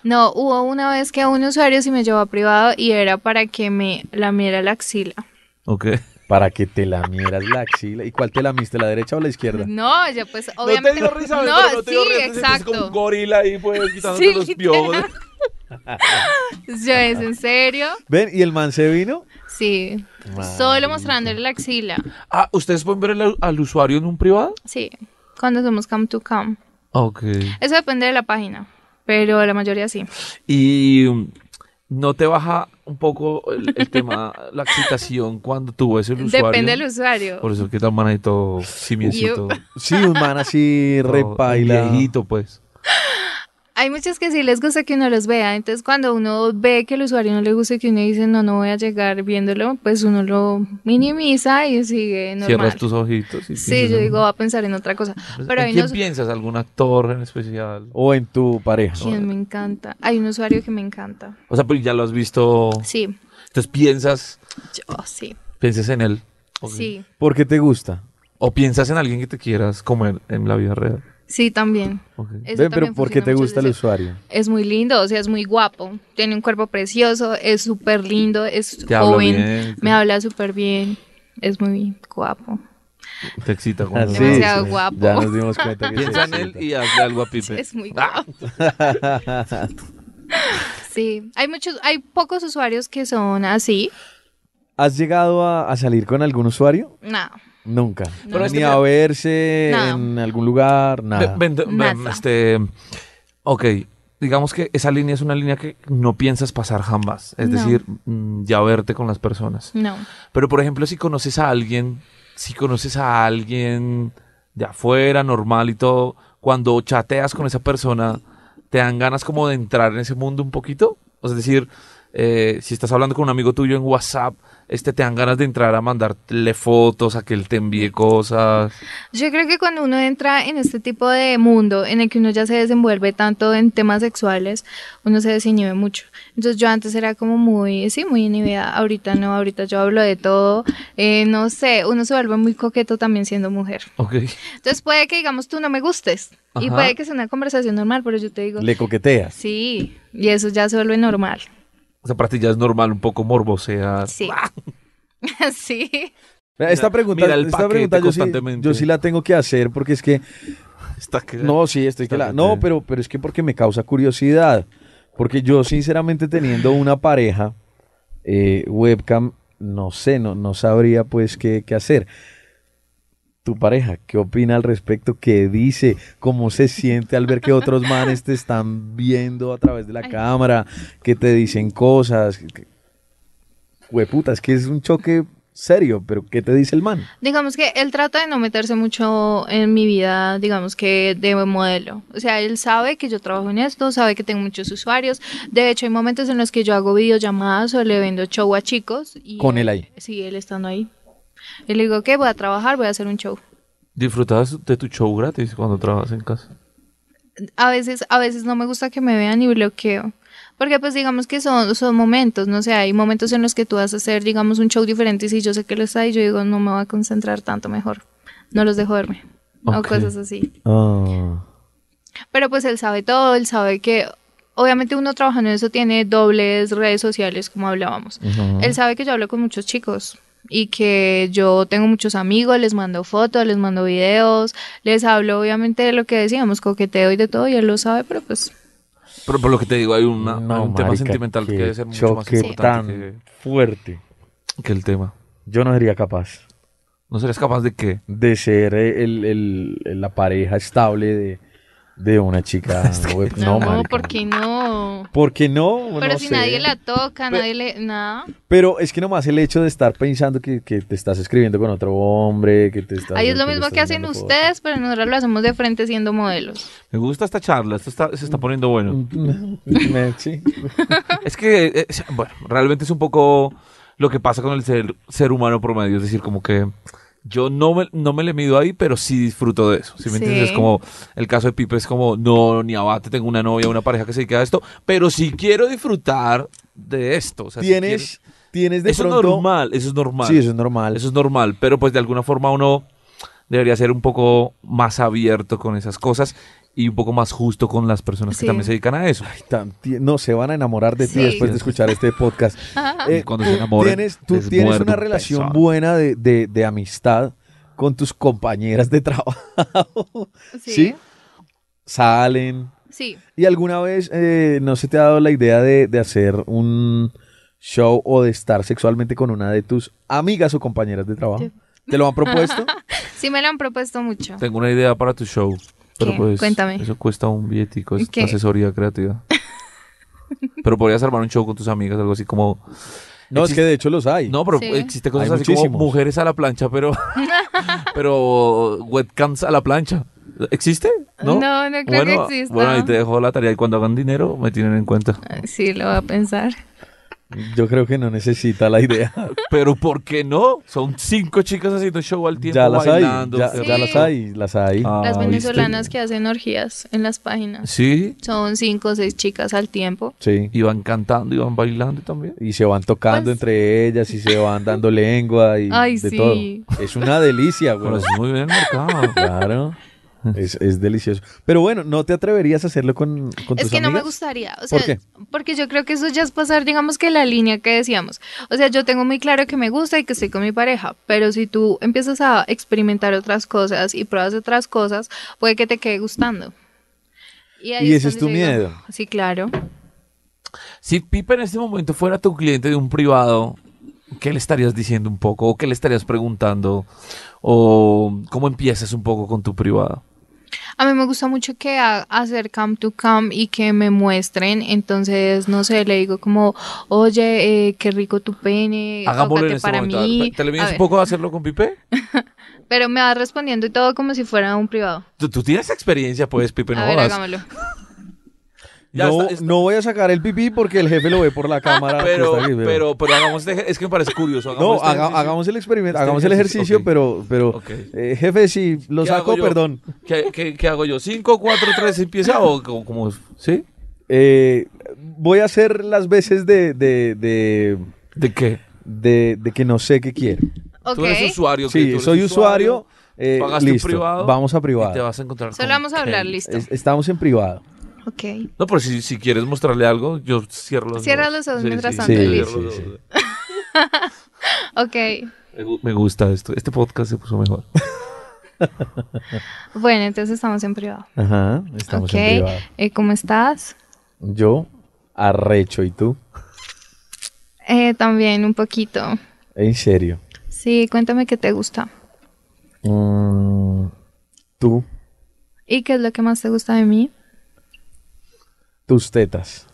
Speaker 5: No, hubo una vez que un usuario sí me llevó a privado y era para que me lamiera la axila.
Speaker 2: Ok.
Speaker 4: Para que te lamieras la axila. ¿Y cuál te lamiste, la derecha o la izquierda?
Speaker 5: No, ya pues obviamente...
Speaker 2: no te dio risa,
Speaker 5: No,
Speaker 2: pero no te dio
Speaker 5: sí,
Speaker 2: risa, te sentiste como
Speaker 5: exacto.
Speaker 2: un gorila ahí, pues, quitándote
Speaker 5: Sí,
Speaker 2: los
Speaker 5: literal.
Speaker 2: piojos.
Speaker 5: Yo es en serio,
Speaker 4: Ven, y el man se vino.
Speaker 5: sí. Solo mostrándole la axila.
Speaker 2: Ah, ¿ustedes pueden ver al, al usuario en un privado?
Speaker 5: Sí, cuando somos cam to cam.
Speaker 2: Ok.
Speaker 5: Eso depende de la página, pero la mayoría sí.
Speaker 2: Y mm, no te baja un poco el, el tema, la excitación cuando tú ves el usuario.
Speaker 5: Depende del usuario.
Speaker 2: Por eso que tan manito simiecito.
Speaker 4: Sí, un man así
Speaker 2: todo,
Speaker 4: repaila.
Speaker 2: Viejito, pues.
Speaker 5: Hay muchos que sí les gusta que uno los vea, entonces cuando uno ve que el usuario no le gusta y que uno dice no, no voy a llegar viéndolo, pues uno lo minimiza y sigue normal.
Speaker 2: Cierras tus ojitos. Y piensas
Speaker 5: Sí, yo
Speaker 2: en- Pues,
Speaker 5: digo, va a pensar en otra cosa. Pero
Speaker 2: ¿En
Speaker 5: hay
Speaker 2: quién
Speaker 5: unos...
Speaker 2: piensas? ¿Algún actor en especial?
Speaker 4: O en tu pareja.
Speaker 5: ¿Quién me encanta? Hay un usuario que me encanta.
Speaker 2: O sea, pero ya lo has visto.
Speaker 5: Sí,
Speaker 2: Entonces piensas,
Speaker 5: yo oh, sí,
Speaker 2: piensas en él. Ok.
Speaker 5: sí,
Speaker 4: ¿Por qué te gusta?
Speaker 2: O piensas en alguien que te quieras comer en la vida real.
Speaker 5: sí también.
Speaker 2: Ok.
Speaker 5: Eso
Speaker 4: Ven, pero
Speaker 5: también
Speaker 4: ¿por qué
Speaker 5: funciona
Speaker 4: te
Speaker 5: mucho,
Speaker 4: gusta el
Speaker 5: sí.
Speaker 4: usuario?
Speaker 5: Es muy lindo, o sea, es muy guapo. Tiene un cuerpo precioso, es súper lindo, es
Speaker 2: Te habla
Speaker 5: joven,
Speaker 2: bien.
Speaker 5: me habla súper bien, es muy guapo.
Speaker 2: Te excita cuando
Speaker 5: sí, Demasiado sí. guapo.
Speaker 4: Ya nos dimos cuenta que se
Speaker 2: Piensa en él
Speaker 4: excita.
Speaker 2: y hazle algo a Pipe.
Speaker 5: Es muy guapo. sí, hay muchos, hay pocos usuarios que son así.
Speaker 4: ¿Has llegado a, a salir con algún usuario?
Speaker 5: No,
Speaker 4: Nunca.
Speaker 2: Pero es que
Speaker 4: Ni
Speaker 2: mira-
Speaker 4: a verse
Speaker 5: Nada.
Speaker 4: en algún lugar, nada.
Speaker 2: Ven- ven- ven,
Speaker 5: Nada.
Speaker 2: este, ok, digamos que esa línea es una línea que no piensas pasar jamás. Es
Speaker 5: No.
Speaker 2: decir, mm, ya verte con las personas.
Speaker 5: no.
Speaker 2: Pero por ejemplo, si conoces a alguien, si conoces a alguien de afuera, normal y todo, cuando chateas con esa persona, ¿te dan ganas como de entrar en ese mundo un poquito? O sea, es decir, eh, si estás hablando con un amigo tuyo en WhatsApp, este te dan ganas de entrar a mandarle fotos, a que él te envíe cosas.
Speaker 5: Yo creo que cuando uno entra en este tipo de mundo en el que uno ya se desenvuelve tanto en temas sexuales, uno se desinhibe mucho. Entonces yo antes era como muy, sí, muy inhibida. Ahorita no, ahorita yo hablo de todo. Eh, no sé, uno se vuelve muy coqueto también siendo mujer.
Speaker 2: Ok.
Speaker 5: Entonces puede que digamos tú no me gustes y
Speaker 2: Ajá.
Speaker 5: puede que sea una conversación normal, pero yo te digo,
Speaker 4: Le coqueteas.
Speaker 5: sí, y eso ya se vuelve normal.
Speaker 2: O sea, para ti ya es normal un poco morbosear.
Speaker 5: Sí. sí.
Speaker 4: Esta pregunta,
Speaker 2: mira el
Speaker 4: esta
Speaker 2: paquete
Speaker 4: pregunta yo, sí,
Speaker 2: constantemente.
Speaker 4: yo sí la tengo que hacer porque es que
Speaker 2: Está que-
Speaker 4: No, sí, estoy que la- No, pero, pero es que porque me causa curiosidad. Porque yo, sinceramente, teniendo una pareja, eh, webcam, no sé, no, no sabría pues qué, qué hacer. Tu pareja, ¿qué opina al respecto? ¿Qué dice? ¿Cómo se siente al ver que otros manes te están viendo a través de la
Speaker 5: Ay.
Speaker 4: cámara? Que te dicen cosas. que- Hueputa, es que es un choque serio, pero ¿qué te dice el man?
Speaker 5: Digamos que él trata de no meterse mucho en mi vida, digamos que de modelo. O sea, él sabe que yo trabajo en esto, sabe que tengo muchos usuarios. De hecho, hay momentos en los que yo hago videollamadas o le vendo show a chicos. Y
Speaker 4: Con él ahí.
Speaker 5: Sí, él estando ahí. Y le digo, ¿qué? Voy a trabajar, voy a hacer un show.
Speaker 2: ¿Disfrutabas de tu show gratis cuando trabajas en casa?
Speaker 5: a veces, a veces no me gusta que me vean y bloqueo. Porque pues digamos que son, son momentos, no sé, hay momentos en los que tú vas a hacer, digamos, un show diferente y si yo sé que él está ahí, yo digo, no me voy a concentrar tanto mejor. No los dejo verme. O
Speaker 2: Ok.
Speaker 5: cosas así.
Speaker 4: Ah.
Speaker 5: Pero pues él sabe todo, él sabe que obviamente uno trabajando en eso tiene dobles redes sociales, como hablábamos. Él sabe que yo hablo con muchos chicos y que yo tengo muchos amigos, les mando fotos, les mando videos, les hablo obviamente de lo que decíamos, coqueteo y de todo, y él lo sabe, pero pues
Speaker 2: Pero por lo que te digo, hay, una-
Speaker 4: No,
Speaker 2: hay un tema
Speaker 4: marica,
Speaker 2: sentimental que
Speaker 4: qué
Speaker 2: debe ser mucho más
Speaker 4: choque
Speaker 2: importante
Speaker 4: tan fuerte.
Speaker 2: que, que el tema.
Speaker 4: Yo no sería capaz
Speaker 2: ¿No serías capaz de qué?
Speaker 4: de ser el- el- el- la pareja estable de, de una chica. web.
Speaker 5: No,
Speaker 4: marica.
Speaker 5: ¿por qué no?
Speaker 4: ¿Por qué no?
Speaker 5: Pero
Speaker 4: No
Speaker 5: si
Speaker 4: sé.
Speaker 5: nadie la toca, nadie le... Nada.
Speaker 4: Pero es que nomás el hecho de estar pensando que, que te estás escribiendo con otro hombre, que te estás...
Speaker 5: Ahí es lo
Speaker 4: le
Speaker 5: mismo
Speaker 4: estás
Speaker 5: que hacen
Speaker 4: mandando
Speaker 5: ustedes, pero nosotros lo hacemos de frente siendo modelos.
Speaker 2: Me gusta esta charla, esto está, se está poniendo bueno.
Speaker 4: Mm. fotos. Me- sí.
Speaker 2: Es que, eh, es- bueno, realmente es un poco lo que pasa con el ser, ser humano promedio. Es decir, como que yo no me, no me le mido ahí, pero sí disfruto de eso. Si me
Speaker 5: Sí.
Speaker 2: entiendes, es como el caso de Pipe es como, no, ni abate, tengo una novia, una pareja que se dedica a esto, pero sí quiero disfrutar de esto. O sea, sí
Speaker 4: Tienes,
Speaker 2: quiero-
Speaker 4: tienes de
Speaker 2: eso
Speaker 4: pronto...
Speaker 2: es normal, eso es normal.
Speaker 4: Sí, eso es normal.
Speaker 2: Eso es normal, pero pues de alguna forma uno debería ser un poco más abierto con esas cosas y un poco más justo con las personas
Speaker 5: Sí.
Speaker 2: que también se dedican a eso.
Speaker 4: Tan- ti- No, se van a enamorar de ti
Speaker 5: Sí.
Speaker 4: después de escuchar este podcast. Eh,
Speaker 2: Y cuando se
Speaker 4: tú
Speaker 2: enamoren,
Speaker 4: tienes, tú
Speaker 2: les
Speaker 4: tienes
Speaker 2: muerde
Speaker 4: una
Speaker 2: un
Speaker 4: relación
Speaker 2: pezón.
Speaker 4: buena de, de- de amistad con tus compañeras de trabajo.
Speaker 5: Sí.
Speaker 4: ¿Sí? Salen.
Speaker 5: Sí.
Speaker 4: ¿Y alguna vez eh, no se te ha dado la idea de, de hacer un show o de estar sexualmente con una de tus amigas o compañeras de trabajo?
Speaker 5: Sí.
Speaker 4: ¿Te lo han propuesto?
Speaker 5: Sí me lo han propuesto mucho.
Speaker 2: Tengo una idea para tu show. Pero
Speaker 5: ¿Qué?
Speaker 2: pues
Speaker 5: Cuéntame.
Speaker 2: eso cuesta un billetico, es
Speaker 5: ¿Qué?
Speaker 2: asesoría creativa. pero podrías armar un show con tus amigas, algo así como...
Speaker 4: No, es que de hecho los hay.
Speaker 2: No, pero
Speaker 5: Sí.
Speaker 2: existe cosas
Speaker 4: Hay
Speaker 2: así como
Speaker 4: muchísimos.
Speaker 2: mujeres a la plancha, pero... pero webcams a la plancha. ¿Existe? No,
Speaker 5: No, no creo que
Speaker 2: Bueno,
Speaker 5: exista.
Speaker 2: Bueno, ahí te dejo la tarea y cuando hagan dinero me tienen en cuenta.
Speaker 5: Sí, lo voy a pensar.
Speaker 4: Yo creo que no necesita la idea.
Speaker 2: Pero ¿por qué no? Son cinco chicas haciendo show al tiempo
Speaker 4: ya las hay.
Speaker 2: bailando.
Speaker 4: Ya,
Speaker 2: qué
Speaker 4: ya
Speaker 5: Sí.
Speaker 4: las
Speaker 2: rico.
Speaker 4: hay, las hay.
Speaker 2: Ah,
Speaker 5: Las
Speaker 2: ¿viste?
Speaker 5: venezolanas que hacen orgías en las páginas.
Speaker 2: Sí,
Speaker 5: Son cinco o seis chicas al tiempo.
Speaker 4: Sí.
Speaker 2: y van cantando y van bailando también.
Speaker 4: y se van tocando
Speaker 5: Pues-
Speaker 4: entre ellas y se van dando lengua y
Speaker 5: Ay,
Speaker 4: de
Speaker 5: sí.
Speaker 4: todo. Es una delicia,
Speaker 2: Pero
Speaker 4: güey.
Speaker 2: es muy bien marcado.
Speaker 4: claro. Es, es delicioso. Pero bueno, ¿no te atreverías a hacerlo con, con
Speaker 5: Es
Speaker 4: tus
Speaker 5: que no me
Speaker 4: amigas?
Speaker 5: gustaría. O sea,
Speaker 4: ¿Por qué?
Speaker 5: Porque yo creo que eso ya es pasar, digamos que la línea que decíamos. O sea, yo tengo muy claro que me gusta y que estoy con mi pareja, pero si tú empiezas a experimentar otras cosas y pruebas otras cosas, puede que te quede gustando. ahí
Speaker 4: Y ese
Speaker 5: donde
Speaker 4: es tu
Speaker 5: yo digo,
Speaker 4: miedo.
Speaker 5: sí, claro.
Speaker 2: Si Pipe en este momento fuera tu cliente de un privado, ¿qué le estarías diciendo un poco? ¿O qué le estarías preguntando? ¿O cómo empiezas un poco con tu privado?
Speaker 5: A mí me gusta mucho que ha- hacer cam to cam y que me muestren. Entonces, no sé, le digo como, oye, eh, qué rico tu pene,
Speaker 2: Hagámoslo en
Speaker 5: tócate
Speaker 2: este
Speaker 5: para
Speaker 2: momento. A ver,
Speaker 5: mí.
Speaker 2: ¿Te le
Speaker 5: A
Speaker 2: mides un
Speaker 5: ver,
Speaker 2: poco a hacerlo con Pipe?
Speaker 5: Pero me va respondiendo y todo como si fuera un privado.
Speaker 2: Tú, tú tienes experiencia, pues, Pipe, no
Speaker 5: a ver,
Speaker 2: jodas.
Speaker 5: hagámoslo.
Speaker 2: Ya
Speaker 4: no,
Speaker 2: está- está-
Speaker 4: no voy a sacar el pipí porque el jefe lo ve por la cámara. que
Speaker 2: Pero,
Speaker 4: está aquí,
Speaker 2: pero, pero hagamos este- es que me parece curioso.
Speaker 4: No,
Speaker 2: hagamos este
Speaker 4: haga-
Speaker 2: ejercicio.
Speaker 4: hagamos el experimento,
Speaker 2: Este
Speaker 4: hagamos el ejercicio,
Speaker 2: ejercicio,
Speaker 4: pero, pero
Speaker 2: Ok.
Speaker 4: eh, jefe, si lo
Speaker 2: ¿Qué hago
Speaker 4: saco,
Speaker 2: yo?
Speaker 4: perdón.
Speaker 2: ¿Qué, qué, qué hago yo? ¿Cinco, cuatro, tres empieza o como, como- sí?
Speaker 4: Eh, voy a hacer las veces de, de, de,
Speaker 2: ¿De qué?
Speaker 4: de- de que no sé qué quiero.
Speaker 5: Ok.
Speaker 2: Tú eres usuario. ¿qué? Tú
Speaker 4: Sí,
Speaker 2: eres
Speaker 4: soy usuario. eh,
Speaker 2: pagaste un
Speaker 4: listo,
Speaker 2: privado
Speaker 4: vamos a
Speaker 2: Y te
Speaker 4: privado.
Speaker 2: vas a encontrar
Speaker 5: Solo
Speaker 2: con
Speaker 5: vamos a
Speaker 2: Ken.
Speaker 5: hablar, listo.
Speaker 4: Es- estamos en privado.
Speaker 5: Ok.
Speaker 2: No, pero si, si quieres mostrarle algo, yo cierro los
Speaker 5: Cierra
Speaker 2: ojos.
Speaker 5: los ojos mientras
Speaker 4: tanto, listo.
Speaker 2: cierro los
Speaker 4: Sí, sí,
Speaker 2: ojos.
Speaker 5: Ok.
Speaker 2: Me gu- Me gusta esto. Este podcast se puso mejor.
Speaker 5: Bueno, entonces estamos en privado.
Speaker 4: Ajá, estamos
Speaker 5: ok.
Speaker 4: en privado.
Speaker 5: Eh, ¿Cómo estás?
Speaker 4: Yo, arrecho, ¿y tú?
Speaker 5: Eh, también un poquito.
Speaker 4: En serio.
Speaker 5: Sí, cuéntame qué te gusta.
Speaker 4: Mm, tú,
Speaker 5: ¿Y qué es lo que más te gusta de mí?
Speaker 4: tus tetas.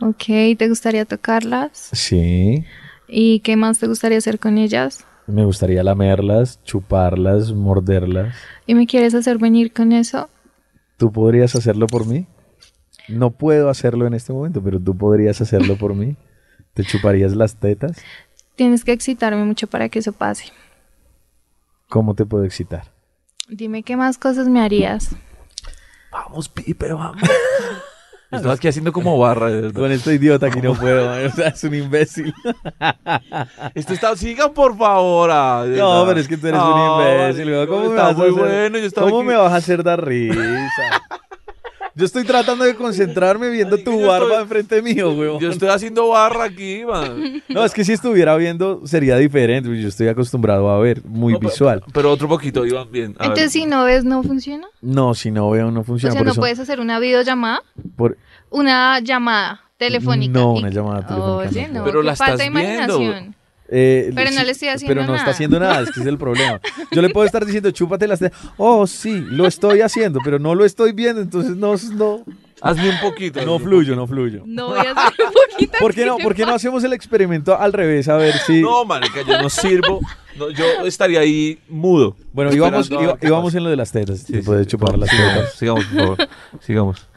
Speaker 5: Ok, ¿te gustaría tocarlas?
Speaker 4: Sí.
Speaker 5: ¿Y qué más te gustaría hacer con ellas?
Speaker 4: Me gustaría lamerlas, chuparlas, morderlas.
Speaker 5: ¿Y me quieres hacer venir con eso?
Speaker 4: ¿Tú podrías hacerlo por mí? No puedo hacerlo en este momento, pero tú podrías hacerlo por mí. ¿Te chuparías las tetas?
Speaker 5: Tienes que excitarme mucho para que eso pase.
Speaker 4: ¿Cómo te puedo excitar?
Speaker 5: Dime qué más cosas me harías.
Speaker 2: Vamos, Pi, pero vamos. Estaba aquí haciendo como barra. de verdad.
Speaker 4: Con este idiota que no puedo, o sea, es un imbécil.
Speaker 2: Esto Este está, sigan por favor. ah, de
Speaker 4: No,
Speaker 2: verdad.
Speaker 4: pero es que tú eres
Speaker 2: Ah,
Speaker 4: un imbécil.
Speaker 2: marico,
Speaker 4: weón. ¿Cómo me
Speaker 2: está
Speaker 4: vas a
Speaker 2: muy
Speaker 4: hacer-
Speaker 2: bueno. Yo estaba
Speaker 4: ¿Cómo
Speaker 2: aquí-
Speaker 4: me vas a hacer dar risa? Yo estoy tratando de concentrarme viendo
Speaker 2: Marico,
Speaker 4: tu
Speaker 2: yo
Speaker 4: barba
Speaker 2: estoy-
Speaker 4: enfrente mío, weón.
Speaker 2: Yo estoy haciendo barra aquí, man.
Speaker 4: No, es que si estuviera viendo sería diferente. pues Yo estoy acostumbrado a ver, muy
Speaker 2: No, pero-
Speaker 4: visual.
Speaker 2: Pero otro poquito, Iván, bien. a ver.
Speaker 5: Entonces, si no ves, no funciona.
Speaker 4: No, si no veo, no
Speaker 5: O
Speaker 4: funciona.
Speaker 5: sea,
Speaker 4: por
Speaker 5: no
Speaker 4: eso-
Speaker 5: puedes hacer una videollamada,
Speaker 4: por-
Speaker 5: una llamada telefónica.
Speaker 4: No,
Speaker 5: Y-
Speaker 4: una llamada telefónica,
Speaker 5: Oye,
Speaker 4: no
Speaker 5: no,
Speaker 2: Pero
Speaker 5: qué
Speaker 2: la
Speaker 5: falta de
Speaker 2: estás viendo.
Speaker 5: imaginación.
Speaker 4: eh,
Speaker 5: Pero no
Speaker 4: sí,
Speaker 5: le estoy haciendo
Speaker 4: Pero no está
Speaker 5: nada.
Speaker 4: haciendo nada, es que es el problema. Yo le puedo estar diciendo, chúpate las tetas. Oh, sí, lo estoy haciendo, pero no lo estoy viendo, entonces no, no,
Speaker 2: Hazme un poquito. hazme
Speaker 4: no
Speaker 2: un
Speaker 4: fluyo, no fluyo.
Speaker 5: No voy a hacer un poquito.
Speaker 4: ¿Por qué no, por qué no hacemos el experimento al revés? A ver si...
Speaker 2: No, marica, yo no sirvo. No, yo estaría ahí mudo.
Speaker 4: bueno, íbamos,
Speaker 2: Esperando a
Speaker 4: iba-
Speaker 2: ver qué
Speaker 4: íbamos en lo de las tetas.
Speaker 2: pasa.
Speaker 4: te
Speaker 2: Sí,
Speaker 4: puedes
Speaker 2: sí,
Speaker 4: chupar
Speaker 2: vamos,
Speaker 4: las tetas.
Speaker 2: Sigamos, sigamos, por favor. Sigamos.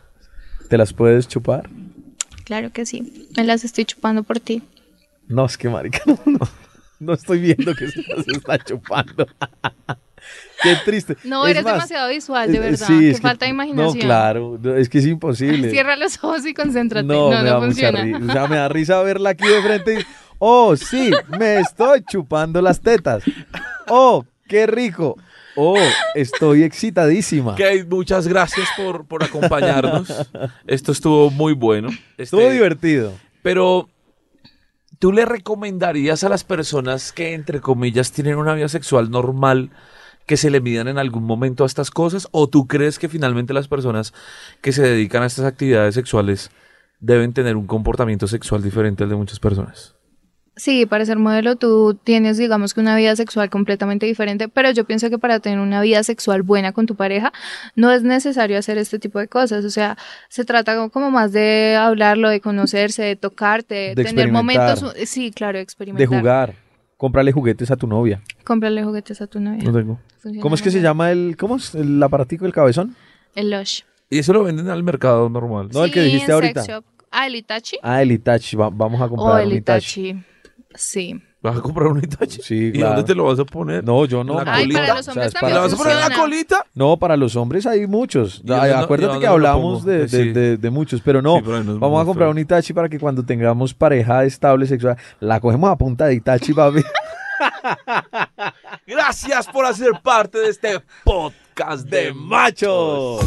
Speaker 4: ¿Te las puedes chupar?
Speaker 5: Claro que sí. Me las estoy chupando por ti.
Speaker 4: No, es que marica, no, no, no estoy viendo que se las está chupando. Qué triste.
Speaker 5: No,
Speaker 4: Es
Speaker 5: eres
Speaker 4: más,
Speaker 5: demasiado visual, de
Speaker 4: eh,
Speaker 5: verdad.
Speaker 4: sí,
Speaker 5: Qué
Speaker 4: es que-
Speaker 5: falta de imaginación.
Speaker 4: No, claro, no, es que es imposible.
Speaker 5: Cierra los ojos y concéntrate.
Speaker 4: No,
Speaker 5: No,
Speaker 4: me
Speaker 5: no,
Speaker 4: da mucha
Speaker 5: funciona.
Speaker 4: risa. O sea, me da risa verla aquí de frente y. Oh, sí, me estoy chupando las tetas. Oh, qué rico. Oh, estoy excitadísima.
Speaker 2: Ok, muchas gracias por, por acompañarnos. Esto estuvo muy bueno. Este,
Speaker 4: Estuvo divertido.
Speaker 2: Pero, ¿tú le recomendarías a las personas que, entre comillas, tienen una vida sexual normal que se le midan en algún momento a estas cosas? ¿O tú crees que finalmente las personas que se dedican a estas actividades sexuales deben tener un comportamiento sexual diferente al de muchas personas?
Speaker 5: Sí, para ser modelo tú tienes, digamos que una vida sexual completamente diferente, pero yo pienso que para tener una vida sexual buena con tu pareja no es necesario hacer este tipo de cosas. O sea, se trata como más de hablarlo, de conocerse, de tocarte,
Speaker 4: De
Speaker 5: tener
Speaker 4: experimentar.
Speaker 5: momentos. Sí, claro,
Speaker 4: De
Speaker 5: experimentar.
Speaker 4: jugar. Cómprale juguetes a tu novia.
Speaker 5: Cómprale juguetes a tu novia.
Speaker 4: No tengo.
Speaker 5: Funciona
Speaker 4: ¿Cómo es que
Speaker 5: muy
Speaker 4: se
Speaker 5: bien.
Speaker 4: llama el. ¿Cómo es el aparatico, el cabezón?
Speaker 5: El Lush.
Speaker 2: Y eso lo venden al mercado normal.
Speaker 4: No, el que
Speaker 5: Sí,
Speaker 4: dijiste
Speaker 5: en
Speaker 4: ahorita.
Speaker 5: sex shop. Ah, el Itachi.
Speaker 4: Ah, el Itachi. va- vamos a
Speaker 5: O
Speaker 4: comprar
Speaker 5: el
Speaker 4: un Oh, Itachi.
Speaker 5: Itachi. Sí.
Speaker 2: ¿Vas a comprar un Hitachi?
Speaker 4: Sí,
Speaker 2: ¿Y
Speaker 4: claro.
Speaker 2: dónde te lo vas a poner?
Speaker 4: No, yo no.
Speaker 2: Ay,
Speaker 4: marica.
Speaker 2: para los
Speaker 5: hombres
Speaker 4: es
Speaker 2: ¿Te
Speaker 5: también
Speaker 2: lo vas a poner en la
Speaker 5: Funciona.
Speaker 2: colita?
Speaker 4: No, para los hombres hay muchos.
Speaker 2: Yo
Speaker 4: Ay,
Speaker 2: no-
Speaker 4: acuérdate
Speaker 2: yo
Speaker 4: que
Speaker 2: no lo
Speaker 4: hablamos
Speaker 2: pongo,
Speaker 4: de,
Speaker 2: eh,
Speaker 4: de-
Speaker 2: sí.
Speaker 4: de- de muchos, pero no.
Speaker 2: Sí, pero no es
Speaker 4: Vamos a
Speaker 2: muy
Speaker 4: comprar
Speaker 2: feo.
Speaker 4: un Itachi para que cuando tengamos pareja estable sexual, la cogemos a punta de Itachi, papi.
Speaker 2: Gracias por hacer parte de este podcast de machos.